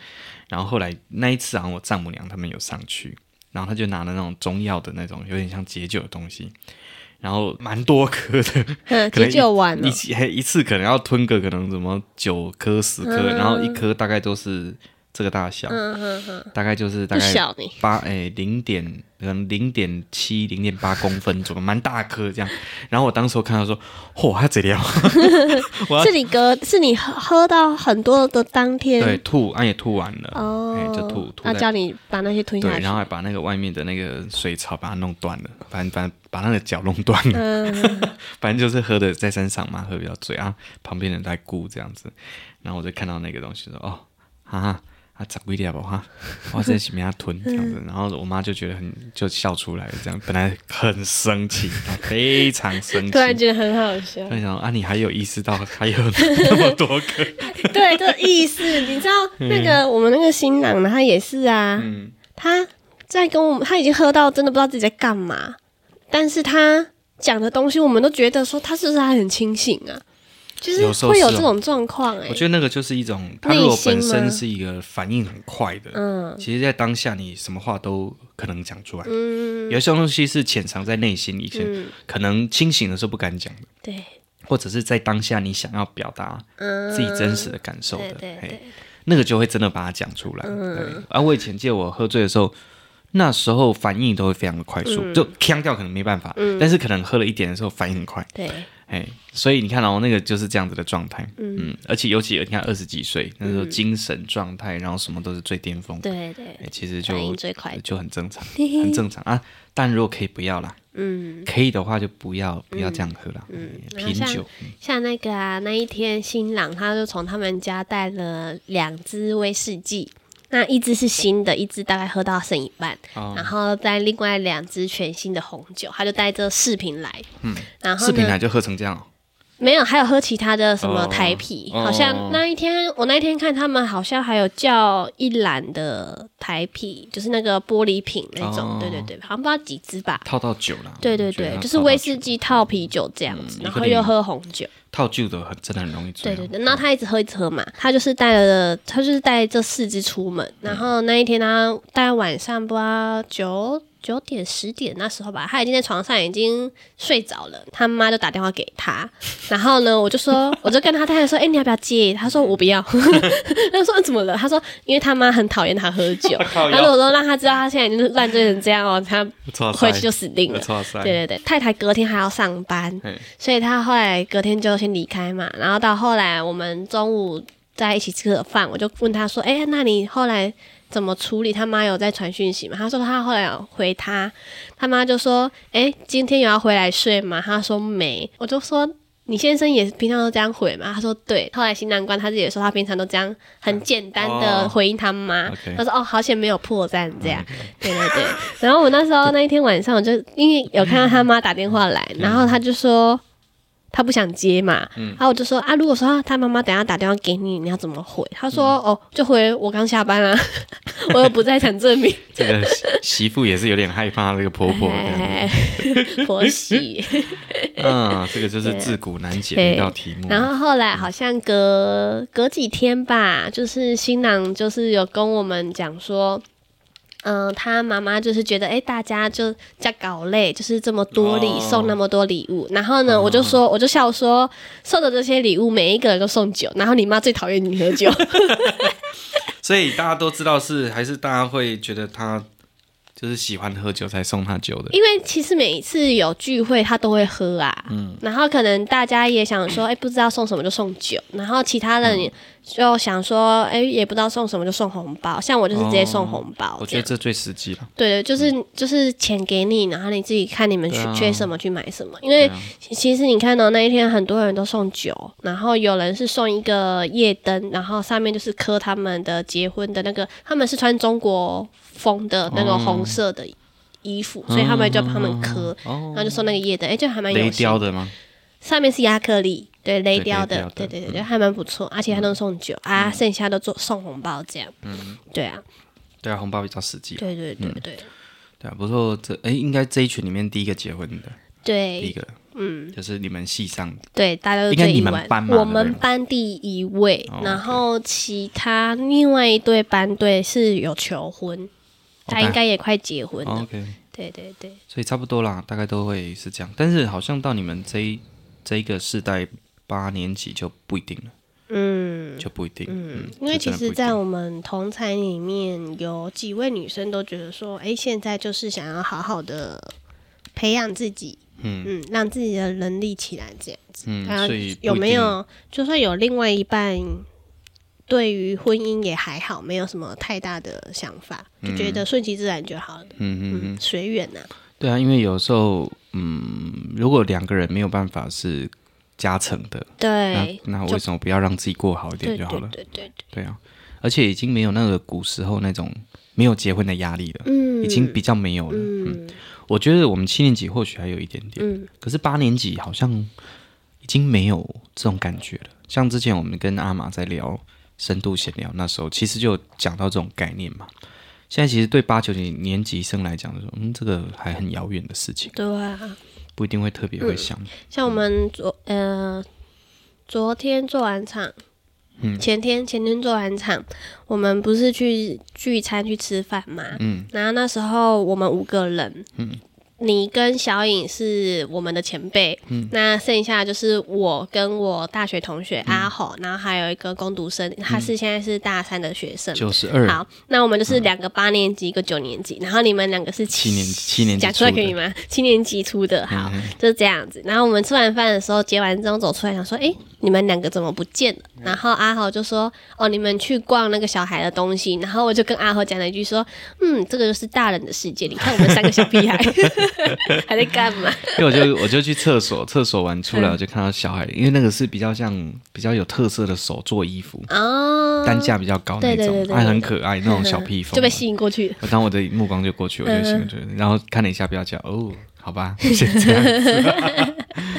Speaker 2: 然后后来那一次好像我丈母娘他们有上去，然后她就拿了那种中药的那种有点像解酒的东西，然后蛮多颗的，
Speaker 1: 哼
Speaker 2: 可
Speaker 1: 解
Speaker 2: 能一
Speaker 1: 嗯酒完了
Speaker 2: 一，起嘿一次可能要吞个可能什么九颗十颗，
Speaker 1: 嗯
Speaker 2: 然后一颗大概都是这个大小，大概就是大
Speaker 1: 嗯不
Speaker 2: 概
Speaker 1: 小呢，
Speaker 2: 八诶零点可能零点七零点八公分左右，蛮大颗这样。然后我当时我看到说，嚯、他这样，我要
Speaker 1: 是你哥，是你喝喝到很多的当天，
Speaker 2: 对吐，啊俺、也吐完了，
Speaker 1: 嗯哦，
Speaker 2: 哎就吐吐
Speaker 1: 他
Speaker 2: 在
Speaker 1: 叫你把那些吞下
Speaker 2: 对，
Speaker 1: 去
Speaker 2: 然，后还把那个外面的那个水槽把它弄断了，反正反正把那个脚弄断了。
Speaker 1: 嗯，
Speaker 2: 反正就是喝的在山上嘛，喝比较醉啊，旁边人在顾这样子，然后我就看到那个东西说哦，哈哈。啊，长贵点吧哈，哇，这是没他吞这样 子，然后我妈就觉得很就笑出来了，这样本来很生气，非常生 气，
Speaker 1: 突然觉得很好笑
Speaker 2: 突。然想到啊，你还有意识到还有那么多个，
Speaker 1: 对，这意思，你知道那个
Speaker 2: 嗯
Speaker 1: 我们那个新郎呢，他也是啊，他在跟我们，他已经喝到真的不知道自己在干嘛，但是他讲的东西，我们都觉得说他是不是还很清醒啊？就是
Speaker 2: 有时候
Speaker 1: 会有
Speaker 2: 是哦
Speaker 1: 这种状况哎
Speaker 2: 我，觉得那个就是一种，他如果本
Speaker 1: 内心吗
Speaker 2: 身是一个反应很快的，
Speaker 1: 嗯
Speaker 2: 其实，在当下你什么话都可能讲出来，
Speaker 1: 嗯，
Speaker 2: 有一些东西是潜藏在内心里，是、
Speaker 1: 嗯
Speaker 2: 可能清醒的时候不敢讲的，
Speaker 1: 对，
Speaker 2: 或者是在当下你想要表达
Speaker 1: 嗯，
Speaker 2: 自己真实的感受的，
Speaker 1: 对对
Speaker 2: 嘿
Speaker 1: 对嗯
Speaker 2: 那个就会真的把它讲出来。对，啊，我以前记得我喝醉的时候，那时候反应都会非常的快速，
Speaker 1: 嗯
Speaker 2: 就腔调可能没办法，但是可能喝了一点的时候反应很快，
Speaker 1: 对，
Speaker 2: 哎，所以你看哦，那个就是这样子的状态，嗯，而且尤其你看二十几岁那时候精神状态，然后什么都是最巅峰，
Speaker 1: 嗯对对，
Speaker 2: 哎，其实
Speaker 1: 反应
Speaker 2: 就
Speaker 1: 最快，
Speaker 2: 就很 正常，很正常啊。但如果可以不要啦，
Speaker 1: 嗯，
Speaker 2: 可以的话就不要不要这样喝啦，
Speaker 1: 然
Speaker 2: 哎
Speaker 1: 后
Speaker 2: 品
Speaker 1: 像
Speaker 2: 酒。
Speaker 1: 像那个啊，那一天新郎他就从他们家带了两支威士忌，那一支是新的，一支大概喝到剩一半，
Speaker 2: 哦
Speaker 1: 然后带另外两支全新的红酒，他就带这四瓶来，嗯，然后
Speaker 2: 视频
Speaker 1: 呢
Speaker 2: 来就喝成这样、哦，
Speaker 1: 没有，还有喝其他的什么
Speaker 2: 哦
Speaker 1: 台啤，
Speaker 2: 哦
Speaker 1: 好像那一天我那一天看他们好像还有叫一篮的台啤，就是那个玻璃瓶那种，
Speaker 2: 哦
Speaker 1: 对对对，好像不知道几支吧。
Speaker 2: 套到酒啦。
Speaker 1: 对对
Speaker 2: 我觉得
Speaker 1: 对，
Speaker 2: 它
Speaker 1: 就是
Speaker 2: 套到
Speaker 1: 威
Speaker 2: 酒
Speaker 1: 士忌套啤酒这样子，然
Speaker 2: 嗯一个
Speaker 1: 后
Speaker 2: 零
Speaker 1: 又喝红酒。
Speaker 2: 套酒的很真的很容易
Speaker 1: 对
Speaker 2: 醉、哦。
Speaker 1: 对对，然后他一直喝一直喝嘛，他就是带了，他就是带这四只出门，
Speaker 2: 嗯
Speaker 1: 然后那一天他大概晚上不知道九九点十点那时候吧，他已经在床上已经睡着了，他妈就打电话给 他，然后呢，我就说，我就跟他太太说，哎、你要不要接？他说我不 要，他说嗯怎么了？他说因为他妈很讨厌他喝 酒，
Speaker 2: 靠腰
Speaker 1: 他说我说让他知道他现在已经烂醉成这样哦，他
Speaker 2: 错
Speaker 1: 回去就死定了。
Speaker 2: 错塞。
Speaker 1: 对对对，太太隔天还要上班
Speaker 2: 嘿，
Speaker 1: 所以她后来隔天就先离开嘛。然后到后来我们中午在一起吃了饭，我就问她说：“哎、那你后来怎么处理？他妈有在传讯息吗？”她说她后来有回他，他妈就说：“哎、今天有要回来睡吗？”她说没，我就说。你先生也平常都这样回吗？他说对。后来新郎官他自己也说，他平常都这样很简单的
Speaker 2: 哦
Speaker 1: 回应他妈。
Speaker 2: OK
Speaker 1: 他说哦，好险没有破绽这样。对对对。然
Speaker 2: 嗯
Speaker 1: 后我那时候那一天晚上，我就因为有看到他妈打电话来，然后他就说：“他不想接嘛，然后我就说啊，如果说他妈妈等一下打电话给你，你要怎么回？他说、
Speaker 2: 嗯
Speaker 1: 哦，就回我刚下班啊， 我有不在场证明，
Speaker 2: 这个媳媳妇也是有点害怕这个 婆婆这样 子。
Speaker 1: 哎，婆媳。
Speaker 2: 嗯，这个就是自古难解的一道题目。
Speaker 1: 然后后来好像隔隔几天吧，就是新郎就是有跟我们讲说。嗯、他妈妈就是觉得，哎、大家就在搞累，就是这么多礼、
Speaker 2: 哦
Speaker 1: 送那么多礼物，然后呢，我就说，我就笑说，送的这些礼物每一个人都送酒，然后你妈最讨厌你喝酒，
Speaker 2: 所以大家都知道是还是大家会觉得他就是喜欢喝酒才送他酒的。
Speaker 1: 因为其实每一次有聚会，他都会喝啊，
Speaker 2: 嗯
Speaker 1: 然后可能大家也想说，哎、不知道送什么就送酒，然后其他
Speaker 2: 嗯
Speaker 1: 人也就想说，哎、也不知道送什么就送红包，像我就是直接送红包，
Speaker 2: 哦我
Speaker 1: 这
Speaker 2: 觉得
Speaker 1: 样
Speaker 2: 这最实际了。
Speaker 1: 对对，就是、就是钱给你，然后你自己看你们缺、
Speaker 2: 嗯对啊啊
Speaker 1: 缺什么去买什么，因为其其实你看到、那一天很多人都送酒，然后有人是送一个夜灯，然后上面就是刻他们的结婚的那个，他们是穿中国风的那个
Speaker 2: 嗯
Speaker 1: 红色的。衣服，所以他们就帮他们刻，然后就送那个夜灯，哎、就还蛮有心
Speaker 2: 雷嗯哦雕的吗？
Speaker 1: 上面是亚克力，对，雷雕
Speaker 2: 雷
Speaker 1: 的
Speaker 2: 雕的，嗯
Speaker 1: 对对对，就还蛮不错，而且还能送酒、啊，剩下都做送红包这样，
Speaker 2: 嗯
Speaker 1: 对啊，
Speaker 2: 对啊，红包比较实际。
Speaker 1: 对对
Speaker 2: 嗯
Speaker 1: 对对
Speaker 2: 对啊，不错。这哎，应该这一群里面第一个结婚的，第
Speaker 1: 对，
Speaker 2: 一个
Speaker 1: 嗯，
Speaker 2: 就是你们系上的。
Speaker 1: 对，大家都
Speaker 2: 应该
Speaker 1: 最
Speaker 2: 你
Speaker 1: 意
Speaker 2: 们
Speaker 1: 外
Speaker 2: 班。嘛
Speaker 1: 我
Speaker 2: 对
Speaker 1: 们
Speaker 2: 不对
Speaker 1: 班第一位，
Speaker 2: 哦
Speaker 1: 然后其他另外一对班队是有求婚，他应该也快结婚
Speaker 2: 哦
Speaker 1: 了，
Speaker 2: OK，
Speaker 1: 对对对。
Speaker 2: 所以差不多啦，大概都会是这样。但是好像到你们这一这一个世代八年级就不一定了，
Speaker 1: 嗯，
Speaker 2: 就不一定。嗯，
Speaker 1: 因为其
Speaker 2: 就真的不一
Speaker 1: 实，
Speaker 2: 定
Speaker 1: 在我们同才里面有几位女生都觉得说，哎、现在就是想要好好的培养自己，嗯让自己的能力起来，这样子。
Speaker 2: 嗯
Speaker 1: 然后
Speaker 2: 所以不一定
Speaker 1: 有没有，就算有另外一半，对于婚姻也还好，没有什么太大的想法，就觉得顺其自然就好了，
Speaker 2: 嗯嗯嗯嗯
Speaker 1: 嗯，随缘呐。
Speaker 2: 对啊，因为有时候嗯，如果两个人没有办法是加成的，那
Speaker 1: 对，
Speaker 2: 那
Speaker 1: 哎就
Speaker 2: 为什么不要让自己过好一点
Speaker 1: 对
Speaker 2: 就
Speaker 1: 对
Speaker 2: 好了？
Speaker 1: 对对，
Speaker 2: 对啊，而且已经没有那个古时候那种没有结婚的压力了，
Speaker 1: 嗯，
Speaker 2: 已经比较没有了。嗯
Speaker 1: 嗯
Speaker 2: 我觉得我们七年级或许还有一点点，
Speaker 1: 嗯
Speaker 2: 可是八年级好像已经没有这种感觉了。像之前我们跟阿玛在聊深度闲聊，那时候其实就有讲到这种概念嘛。现在其实对八九年年级生来讲，就说嗯，这个还很遥远的事情，
Speaker 1: 对啊。
Speaker 2: 不一定会特别
Speaker 1: 嗯
Speaker 2: 会想。
Speaker 1: 像我们昨呃昨天做完场，
Speaker 2: 嗯
Speaker 1: 前天前天做完场，我们不是去聚餐去吃饭嘛，嗯，然后那时候我们五个人，嗯。你跟小颖是我们的前辈，
Speaker 2: 嗯
Speaker 1: 那剩下就是我跟我大学同学
Speaker 2: 嗯
Speaker 1: 阿吼，然后还有一个攻读生，他是现在是大三的学生。
Speaker 2: 九十二
Speaker 1: 好，那我们就是两个八年级，一个九年级，然后你们两个是
Speaker 2: 七年级七年级
Speaker 1: 讲出来
Speaker 2: 出
Speaker 1: 可
Speaker 2: 的嗯
Speaker 1: 以吗？七年级出的，好，就是这样子。然后我们吃完饭的时候，结完账走出来，想说，哎、你们两个怎么不见了？
Speaker 2: 嗯
Speaker 1: 然后阿豪就说，哦，你们去逛那个小孩的东西。然后我就跟阿豪讲了一句说，嗯，这个就是大人的世界，你看我们三个小 屁孩还在干嘛？
Speaker 2: 因为我就我就去厕所，厕所完出
Speaker 1: 嗯
Speaker 2: 来我就看到小孩，因为那个是比较像比较有特色的手做衣服，
Speaker 1: 哦，
Speaker 2: 单价比较高那
Speaker 1: 对对对
Speaker 2: 种，
Speaker 1: 对
Speaker 2: 还
Speaker 1: 对
Speaker 2: 很可爱那种 小披风，
Speaker 1: 就被吸引过去了。
Speaker 2: 我当我的目光就过去，我
Speaker 1: 嗯
Speaker 2: 就心里觉得，然后看了一下标价，哦，好吧，先这样子。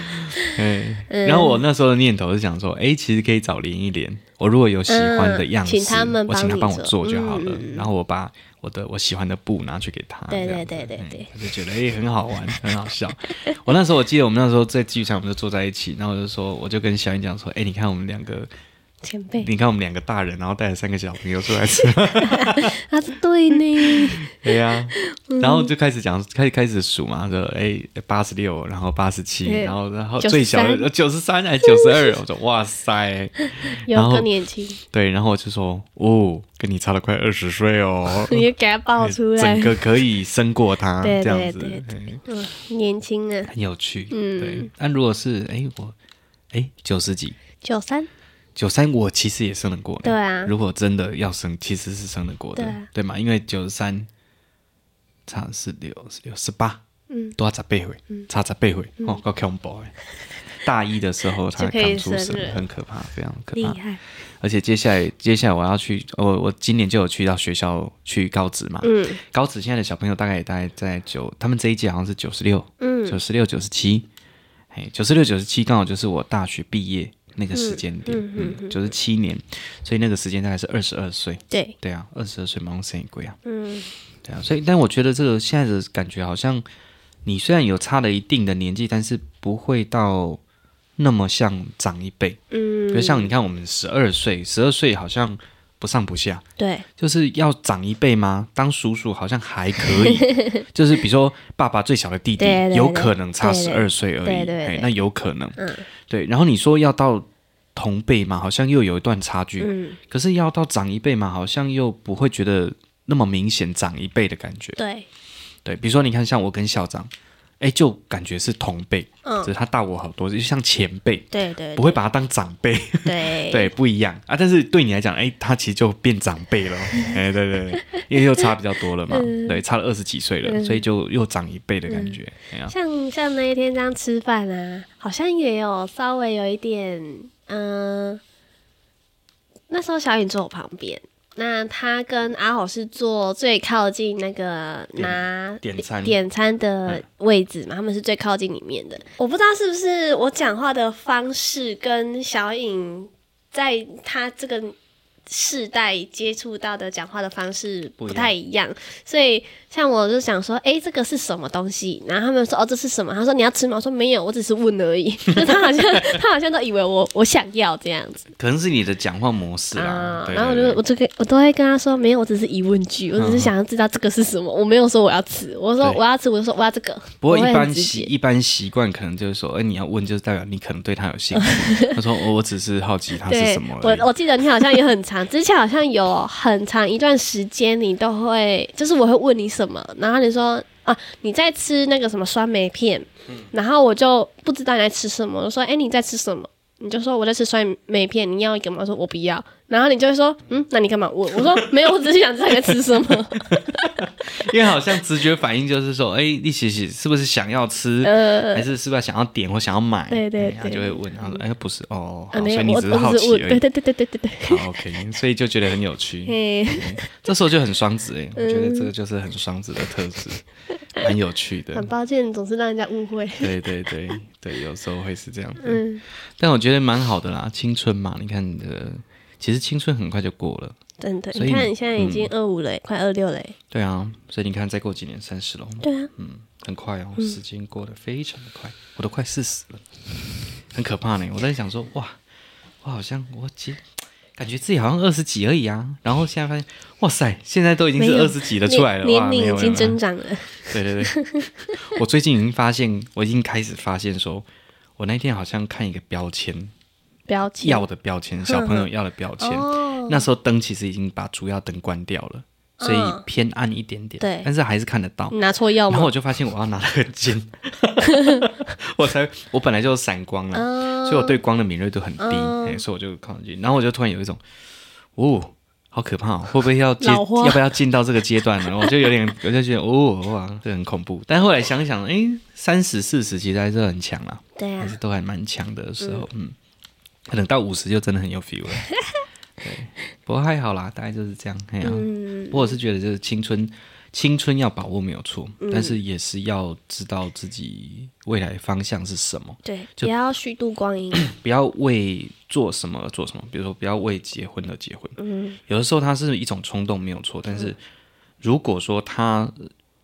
Speaker 1: 嗯
Speaker 2: 对，然后我那时候的念头是想说，哎，其实可以找连一连，我如果有喜欢的样式，
Speaker 1: 嗯请他们
Speaker 2: 我请
Speaker 1: 帮
Speaker 2: 他
Speaker 1: 你
Speaker 2: 帮我
Speaker 1: 做嗯
Speaker 2: 做就好了。然后我把我的我喜欢的布拿去给他，
Speaker 1: 对
Speaker 2: 这样子
Speaker 1: 对对对对
Speaker 2: 哎我就觉得哎、很好玩，很好笑。 我那时候我记得我们那时候在剧场，我们就坐在一起，然后我就说，我就跟小英讲说，哎，你看我们两个，
Speaker 1: 前辈，
Speaker 2: 你看我们两个大人，然后带着三个小朋友出来吃
Speaker 1: 他说啊对呢，
Speaker 2: 对呀、
Speaker 1: 嗯
Speaker 2: 然后就开始讲，开始开始数嘛，说哎八十六，然后八十七，
Speaker 1: 对
Speaker 2: 然后然后
Speaker 1: 93
Speaker 2: 最小的九十三还九十二， 我说哇塞，然
Speaker 1: 有
Speaker 2: 后
Speaker 1: 更年轻，
Speaker 2: 对，然后我就说哦，跟你差了快二十
Speaker 1: ，
Speaker 2: 岁哦
Speaker 1: 你就给他爆出来
Speaker 2: 哎整，个可以胜过他
Speaker 1: 对
Speaker 2: 这样
Speaker 1: 对
Speaker 2: 子，
Speaker 1: 对
Speaker 2: 哎
Speaker 1: 对，嗯，年轻啊，
Speaker 2: 很有趣，
Speaker 1: 嗯
Speaker 2: 对。但如果是哎我哎九十几。
Speaker 1: 九三，
Speaker 2: 九三我其实也生得过的，
Speaker 1: 对啊
Speaker 2: 如果真的要生，其实是生得过的，
Speaker 1: 对啊
Speaker 2: 对嘛？因为九十三差十六、十六、十八，嗯，多十八岁，差十八岁，哦，够恐怖的。大一的时候
Speaker 1: 嗯
Speaker 2: 他
Speaker 1: 就可以
Speaker 2: 刚出生
Speaker 1: 生了，
Speaker 2: 很可怕，非常可
Speaker 1: 厉
Speaker 2: 怕。
Speaker 1: 害，
Speaker 2: 而且接下来，接下来我要去，我我今年就有去到学校去高职嘛，
Speaker 1: 嗯
Speaker 2: 高职现在的小朋友大概也大概在九，他们这一届好像是九十六，
Speaker 1: 嗯
Speaker 2: 九十六、九十七，嘿，九十六、九十七刚好就是我大学毕业那个时间点，嗯，九十七年，所以那个时间大概是二十二岁，
Speaker 1: 对，
Speaker 2: 对啊，二十二岁马上生一贵啊，
Speaker 1: 嗯，
Speaker 2: 对啊，所以但我觉得这个现在的感觉好像，你虽然有差了一定的年纪，但是不会到那么像长一辈，比如
Speaker 1: 嗯，
Speaker 2: 像你看我们十二岁，十二岁好像不上不下，
Speaker 1: 对，
Speaker 2: 就是要长一辈吗？当叔叔好像还可 以，就是比如说爸爸最小的弟弟，
Speaker 1: 对对
Speaker 2: 有可能差
Speaker 1: 对
Speaker 2: 十
Speaker 1: 对
Speaker 2: 二岁而已，
Speaker 1: 对对对
Speaker 2: 哎那有可能，
Speaker 1: 嗯
Speaker 2: 对。然后你说要到同辈嘛，好像又有一段差距，
Speaker 1: 嗯，
Speaker 2: 可是要到长一辈嘛，好像又不会觉得那么明显长一辈的感觉，
Speaker 1: 对，
Speaker 2: 对。比如说你看，像我跟校长，哎，就感觉是同辈，
Speaker 1: 嗯
Speaker 2: 只是他大我好多，就像前辈。
Speaker 1: 对对，
Speaker 2: 不会把他当长辈，
Speaker 1: 对
Speaker 2: 对，不一样啊。但是对你来讲，哎，他其实就变长辈 了，哎，对对对，因为又差比较多了嘛，
Speaker 1: 嗯
Speaker 2: 对，差了二十几岁了，所以就又长一辈的感觉，
Speaker 1: 嗯
Speaker 2: 哎呀，
Speaker 1: 像像那一天这样吃饭啊，好像也有稍微有一点，嗯、那时候小颖坐我旁边，那她跟阿好是坐最靠近那个
Speaker 2: 点
Speaker 1: 拿
Speaker 2: 点餐
Speaker 1: 点餐嗯的位置嘛，他们是最靠近里面的。我不知道是不是我讲话的方式跟小颖在她这个世代接触到的讲话的方式不太一样，所以像我就想说，诶，这个是什么东西？然后他们说，哦，这是什么？他说你要吃吗？我说没有，我只是问而已。 就他好像他好像都以为我我想要这样子
Speaker 2: 可能是你的讲话模式啦
Speaker 1: 啊，，
Speaker 2: 对
Speaker 1: 然后我就
Speaker 2: 对
Speaker 1: 我
Speaker 2: 对
Speaker 1: 就跟我都会跟他说，没有，我只是疑问句，我只是想要知道这个是什么，我没有说我要吃，我说
Speaker 2: 对
Speaker 1: 我要吃，我就说我要这个。
Speaker 2: 不过一
Speaker 1: 我会很
Speaker 2: 般
Speaker 1: 直
Speaker 2: 习
Speaker 1: 接
Speaker 2: 一般习惯可能就是说，哎，你要问就是代表你可能对他有兴 趣。他说，哦我只是好奇他是
Speaker 1: 对
Speaker 2: 什么，而
Speaker 1: 我
Speaker 2: 已。
Speaker 1: 我记得你好像也很长，之前好像有很长一段时间，你都会就是我会问你什么，然后你说啊你在吃那个什么酸梅片，
Speaker 2: 嗯
Speaker 1: 然后我就不知道你在吃什么，我就说哎、你在吃什么？你就说我在吃酸梅片，你要一个吗？我说我不要，然后你就会说嗯，那你干嘛问？我说没有，我只是想知道你在吃什么。
Speaker 2: 因为好像直觉反应就是说，哎，你其实是不是想要吃，还是是不是想要点或想要买？
Speaker 1: 呃对对
Speaker 2: 哎他
Speaker 1: 对
Speaker 2: 就会问，他说，哎，不是哦，
Speaker 1: 啊，
Speaker 2: 好
Speaker 1: 没
Speaker 2: 所
Speaker 1: 有，
Speaker 2: 以你
Speaker 1: 我
Speaker 2: 只是好
Speaker 1: 我只
Speaker 2: 奇
Speaker 1: 是
Speaker 2: 而已
Speaker 1: 问，。对对对对对对对，
Speaker 2: 好 OK，所以就觉得很有趣。
Speaker 1: 嘿，
Speaker 2: 这时候就很双子哎、我觉得
Speaker 1: 嗯
Speaker 2: 这个就是很双子的特质，蛮有趣的
Speaker 1: 很。抱歉，总是让人家误 会。
Speaker 2: 对对对对，有时候会是这样子，
Speaker 1: 嗯，
Speaker 2: 但我觉得蛮好的啦，青春嘛，你看呃，其实青春很快就过了，
Speaker 1: 真的，
Speaker 2: 所以
Speaker 1: 你看
Speaker 2: 你嗯
Speaker 1: 你现在已经二五了，欸快二六了。
Speaker 2: 对啊，所以你看再过几年三十了，
Speaker 1: 对啊，嗯
Speaker 2: 很快哦，时间过得非常的快，我都快四十了，嗯很可怕呢。我在想说，哇，我好像我姐感觉自己好像二十几而已啊，然后现在发现，哇塞，现在都已经是
Speaker 1: 没有
Speaker 2: 二十几的出来了，
Speaker 1: 年
Speaker 2: 哇
Speaker 1: 年
Speaker 2: 没有
Speaker 1: 龄已
Speaker 2: 没有
Speaker 1: 经
Speaker 2: 没
Speaker 1: 增
Speaker 2: 有
Speaker 1: 长了。
Speaker 2: 对对对，我最近已经发现，我已经开始发现说，我那天好像看一个标
Speaker 1: 嗯
Speaker 2: 签，
Speaker 1: 标签
Speaker 2: 要的 标签，小朋友要的标签。
Speaker 1: 哦，
Speaker 2: 那时候灯其实已经把主要灯关掉了，所以
Speaker 1: 嗯
Speaker 2: 偏暗一点点，
Speaker 1: 对
Speaker 2: 但是还是看得到
Speaker 1: 你。拿错药
Speaker 2: 然后
Speaker 1: 吗
Speaker 2: 我？就发现我要拿那个尖， 我才我本来就有散光了，
Speaker 1: 啊
Speaker 2: 所以我对光的敏锐度很低，
Speaker 1: 嗯
Speaker 2: 哎所以我就靠近，然后我就突然有一种，哦，好可怕、哦，会不会要进
Speaker 1: 老花
Speaker 2: 要不要进到这个阶段呢？我就有点， 我就觉得哦哇，这很恐怖。但后来想想，哎，三十四十其实还是很强啦，
Speaker 1: 对
Speaker 2: 还是
Speaker 1: 啊，
Speaker 2: 都还蛮强的时候，嗯，可能到五十就真的很有 feel 了。对，不过还好啦，大概就是这样。哎呀、
Speaker 1: 嗯，
Speaker 2: 不过我是觉得，就是青春，青春要把握没有错，
Speaker 1: 嗯
Speaker 2: 但是也是要知道自己未来方向是什么，
Speaker 1: 对，
Speaker 2: 就
Speaker 1: 不要虚度光 阴。
Speaker 2: 不要为做什么而做什么。比如说，不要为结婚而结婚。
Speaker 1: 嗯，
Speaker 2: 有的时候它是一种冲动，没有错。但是如果说它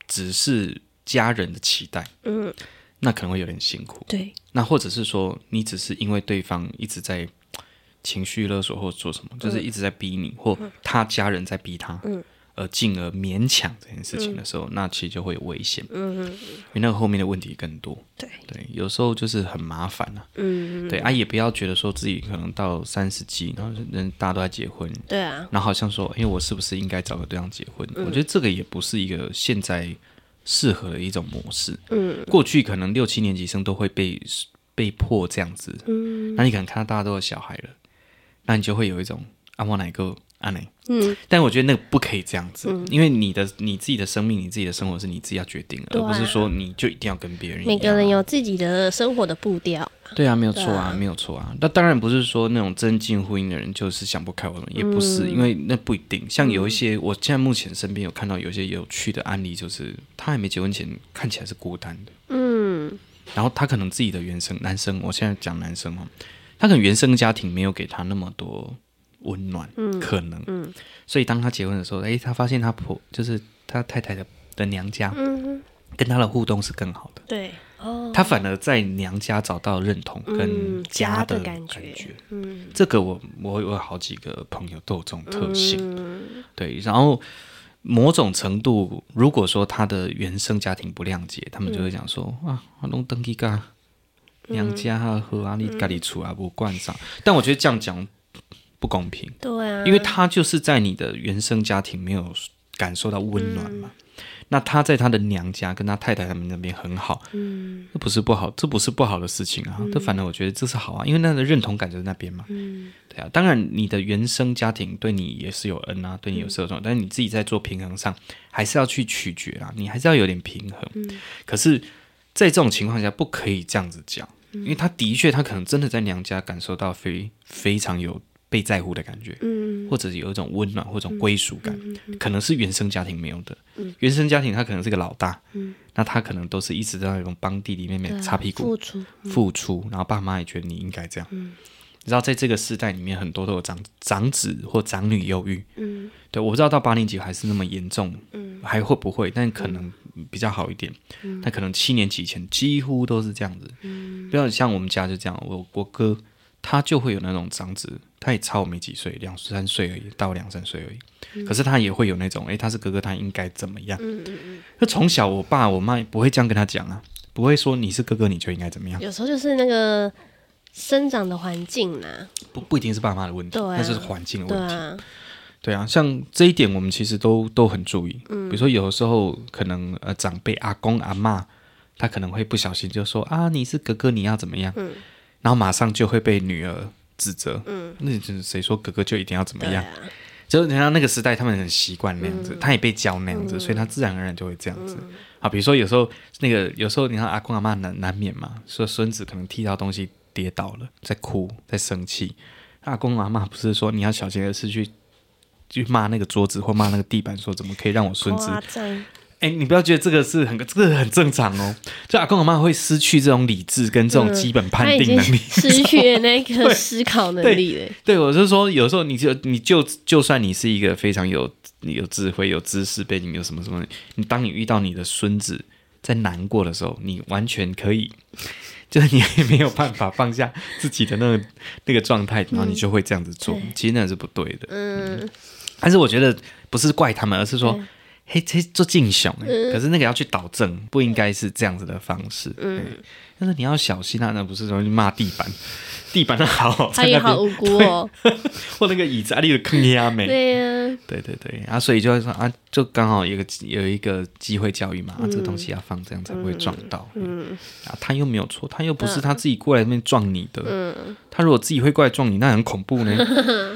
Speaker 2: 只是家人的期待，
Speaker 1: 嗯，
Speaker 2: 那可能会有点辛苦。
Speaker 1: 对，
Speaker 2: 那或者是说，你只是因为对方一直在情绪勒索或做什么，就是一直在逼你，或他家人在逼他，
Speaker 1: 嗯
Speaker 2: 而进而勉强这件事情的时候，那其实就会有危险，
Speaker 1: 嗯
Speaker 2: 因为那个后面的问题更多。
Speaker 1: 对
Speaker 2: 对，有时候就是很麻烦啊。
Speaker 1: 嗯，
Speaker 2: 对啊，也不要觉得说自己可能到三十几，然后人大家都在结婚，
Speaker 1: 对啊，
Speaker 2: 然后好像说，因为我是不是应该找个对象结婚？
Speaker 1: 嗯
Speaker 2: 我觉得这个也不是一个现在适合的一种模式。嗯，过去可能六七年级生都会被被迫这样子。嗯，那你可能看到大家都有小孩了，那你就会有一种啊，我哪个啊哪？
Speaker 1: 嗯，
Speaker 2: 但我觉得那个不可以这样子，因为你的你自己的生命、你自己的生活是你自己要决定的，
Speaker 1: 对
Speaker 2: 而
Speaker 1: 啊
Speaker 2: 不是说你就一定要跟别人一样。
Speaker 1: 每个人有自己的生活的步调。
Speaker 2: 对啊，没有错啊，没有错啊。那当然不是说那种真进婚姻的人就是想不开，我们也不是，因为那不一定。像有一些，我现在目前身边有看到有一些有趣的案例，就是他还没结婚前看起来是孤单的，
Speaker 1: 嗯，
Speaker 2: 然后他可能自己的原生男生，我现在讲男生哦，他可能原生家庭没有给他那么多温暖，可能，所以当他结婚的时候，诶，他发现他婆就是他太太的的娘家，
Speaker 1: 嗯，
Speaker 2: 跟他的互动是更好的，
Speaker 1: 对，哦，
Speaker 2: 他反而在娘家找到认同跟
Speaker 1: 嗯
Speaker 2: 家
Speaker 1: 家的
Speaker 2: 感
Speaker 1: 感觉嗯
Speaker 2: 这个我我有好几个朋友都有这种特性，
Speaker 1: 嗯
Speaker 2: 对，然后某种程度，如果说他的原生家庭不谅解，他们就会讲说、
Speaker 1: 嗯
Speaker 2: 啊，我弄登记噶娘家啊，和啊，
Speaker 1: 嗯
Speaker 2: 你家里出啊，我惯上。但我觉得这样讲不公平，
Speaker 1: 对啊，
Speaker 2: 因为他就是在你的原生家庭没有感受到温暖嘛。
Speaker 1: 嗯
Speaker 2: 那他在他的娘家跟他太太他们那边很好，
Speaker 1: 嗯
Speaker 2: 这不是不好，这不是不好的事情啊。这反而我觉得这是好啊，因为那个认同感就在那边嘛。
Speaker 1: 嗯
Speaker 2: 对啊，当然你的原生家庭对你也是有恩啊，对你
Speaker 1: 嗯
Speaker 2: 有射手，但是你自己在做平衡上还是要去取决啊，你还是要有点平衡。
Speaker 1: 嗯
Speaker 2: 可是，在这种情况下，不可以这样子讲，因为
Speaker 1: 嗯
Speaker 2: 他的确他可能真的在娘家感受到非非常有被在乎的感觉，
Speaker 1: 嗯
Speaker 2: 或者有一种温暖或者归属感，可能是原生家庭没有的。原生家庭他可能是个老大，那他可能都是一直在那种帮弟弟妹妹哎擦屁股，
Speaker 1: 啊付出，
Speaker 2: 付出，然后爸妈也觉得你应该这样。你知道，在这个世代里面，很多都有长长子或长女忧郁。
Speaker 1: 嗯
Speaker 2: 对，我不知道到八年级还是那么严重，还会不会？但可能比较好一点。但可能七年级以前几乎都是这样子。不要像我们家就这样，我我哥他就会有那种长子，他也差我没几岁，两三岁而已，到两三岁而已。可是他也会有那种，诶，他是哥哥，他应该怎么样？那从小我爸我妈也不会这样跟他讲啊，不会说你是哥哥你就应该怎么样。
Speaker 1: 有时候就是那个生长的环境啦，
Speaker 2: 不不一定是爸妈的问题，
Speaker 1: 对啊
Speaker 2: 那就是环境的
Speaker 1: 对
Speaker 2: 问题。
Speaker 1: 啊，
Speaker 2: 对啊，像这一点我们其实都都很注意。
Speaker 1: 嗯
Speaker 2: 比如说有的时候可能呃长辈阿公阿嬷，他可能会不小心就说啊你是哥哥你要怎么样，
Speaker 1: 嗯
Speaker 2: 然后马上就会被女儿指责。嗯，那就是谁说哥哥就一定要怎么
Speaker 1: 对
Speaker 2: 样？
Speaker 1: 啊，嗯
Speaker 2: 就是人家那个时代，他们很习惯那样子，他也被教那样子，所以他自然而然就会这样子。啊，比如说有时候那个，有时候你看阿公阿妈难难免嘛，说孙子可能踢到东西跌倒了，在哭，在生气。阿公阿妈不是说你要小心，而是去去骂那个桌子或骂那个地板，说怎么可以让我孙子
Speaker 1: 夸张，
Speaker 2: 哎、你不要觉得这个是很这个很正常哦，就阿公阿妈会失去这种理智跟这种基本判
Speaker 1: 嗯他已
Speaker 2: 定
Speaker 1: 经
Speaker 2: 能力。
Speaker 1: 失去了那个思考能力了，
Speaker 2: 对，我是说，有时候你就你就就算你是一个非常有你有智慧、有知识背景、有什么什么，你当你遇到你的孙子在难过的时候，你完全可以，就是你也没有办法放下自己的那个那个状态，然后你就会这样子做，
Speaker 1: 嗯对
Speaker 2: 其实那是不对的。
Speaker 1: 嗯，
Speaker 2: 但是我觉得不是怪他们，而是说
Speaker 1: 对。嗯
Speaker 2: 嘿，这做敬雄，欸可是那个要去导正，不应该是这样子的方式。嗯，但是你要小心啊，那不是容易骂地板， 地板好好在
Speaker 1: 他
Speaker 2: 那
Speaker 1: 也
Speaker 2: 边，
Speaker 1: 好无辜哦，
Speaker 2: 或那个椅子啊，你有坑压没？
Speaker 1: 对呀，
Speaker 2: 对对对，啊，所以就会说啊，就刚好有一个有一个机会教育嘛，
Speaker 1: 嗯
Speaker 2: 啊，这个东西要放这样才不会撞到。嗯，啊，他又没有错，他又不是他自己过来那边撞你的。嗯，他如果自己会过来撞你，那很恐怖 呢。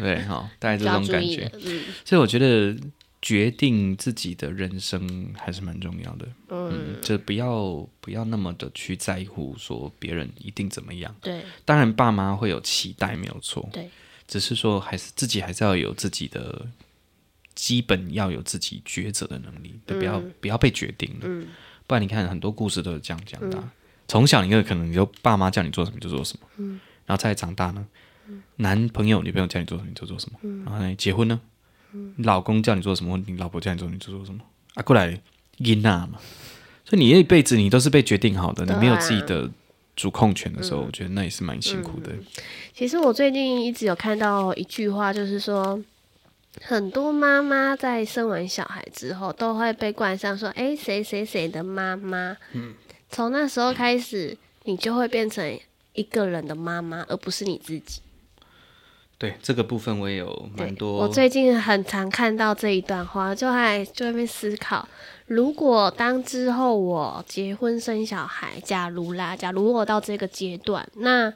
Speaker 2: 对哈、哦，大概就
Speaker 1: 就
Speaker 2: 这
Speaker 1: 要
Speaker 2: 种
Speaker 1: 注
Speaker 2: 感
Speaker 1: 意
Speaker 2: 觉
Speaker 1: 了。，嗯
Speaker 2: 所以我觉得决定自己的人生还是蛮重要的。嗯，就不要不要那么的去在乎说别人一定怎么样。
Speaker 1: 对
Speaker 2: 当然，爸妈会有期待，没有错。
Speaker 1: 对，
Speaker 2: 只是说还是自己还是要有自己的基本要有自己抉择的能力，对，不要
Speaker 1: 嗯
Speaker 2: 不要被决定了。不然你看很多故事都是这样讲的啊、
Speaker 1: 嗯
Speaker 2: 从小你就可能你就爸妈叫你做什么就做什么，
Speaker 1: 嗯
Speaker 2: 然后再长大呢，男朋友女朋友叫你做什么你就做什么，
Speaker 1: 嗯
Speaker 2: 然后呢结婚呢，你老公叫你做什么，你老婆叫你做你就做什么啊，过来因啊嘛，所以你一辈子你都是被决定好的，你
Speaker 1: 对啊嗯
Speaker 2: 没有自己的主控权的时候，我觉得那也是蛮辛苦的。
Speaker 1: 其实我最近一直有看到一句话，就是说，很多妈妈在生完小孩之后，都会被冠上说：“诶，谁谁谁的妈妈。”嗯，从那时候开始，你就会变成一个人的妈妈，而不是你自己。
Speaker 2: 对这个部分我也有蛮
Speaker 1: 对，
Speaker 2: 多，
Speaker 1: 我最近很常看到这一段话，就还就在那边思考，如果当之后我结婚生小孩，假如啦，假如我到这个阶段，那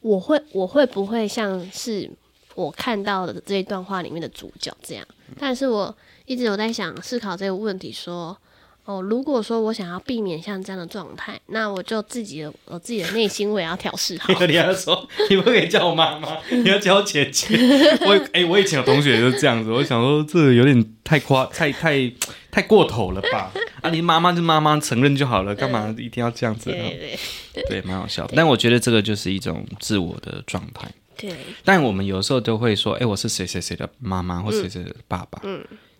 Speaker 1: 我会我会不会像是我看到的这一段话里面的主角这样？但是我一直有在想思考这个问题说。哦，如果说我想要避免像这样的状态，那我就自己的我自己的内心我也要调试 好。
Speaker 2: 你要说，你不可以叫我妈妈，你要叫我姐姐。我哎、我以前有同学也是这样子，我想说这有点太夸，太太太过头了吧？啊，你妈妈就妈妈承认就好了，干嘛一定要这样子？
Speaker 1: 对对
Speaker 2: 对，蛮好笑的。但我觉得这个就是一种自我的状态。
Speaker 1: 对，
Speaker 2: 但我们有时候都会说，哎、我是谁谁谁的妈妈
Speaker 1: 嗯
Speaker 2: 或谁谁的爸爸，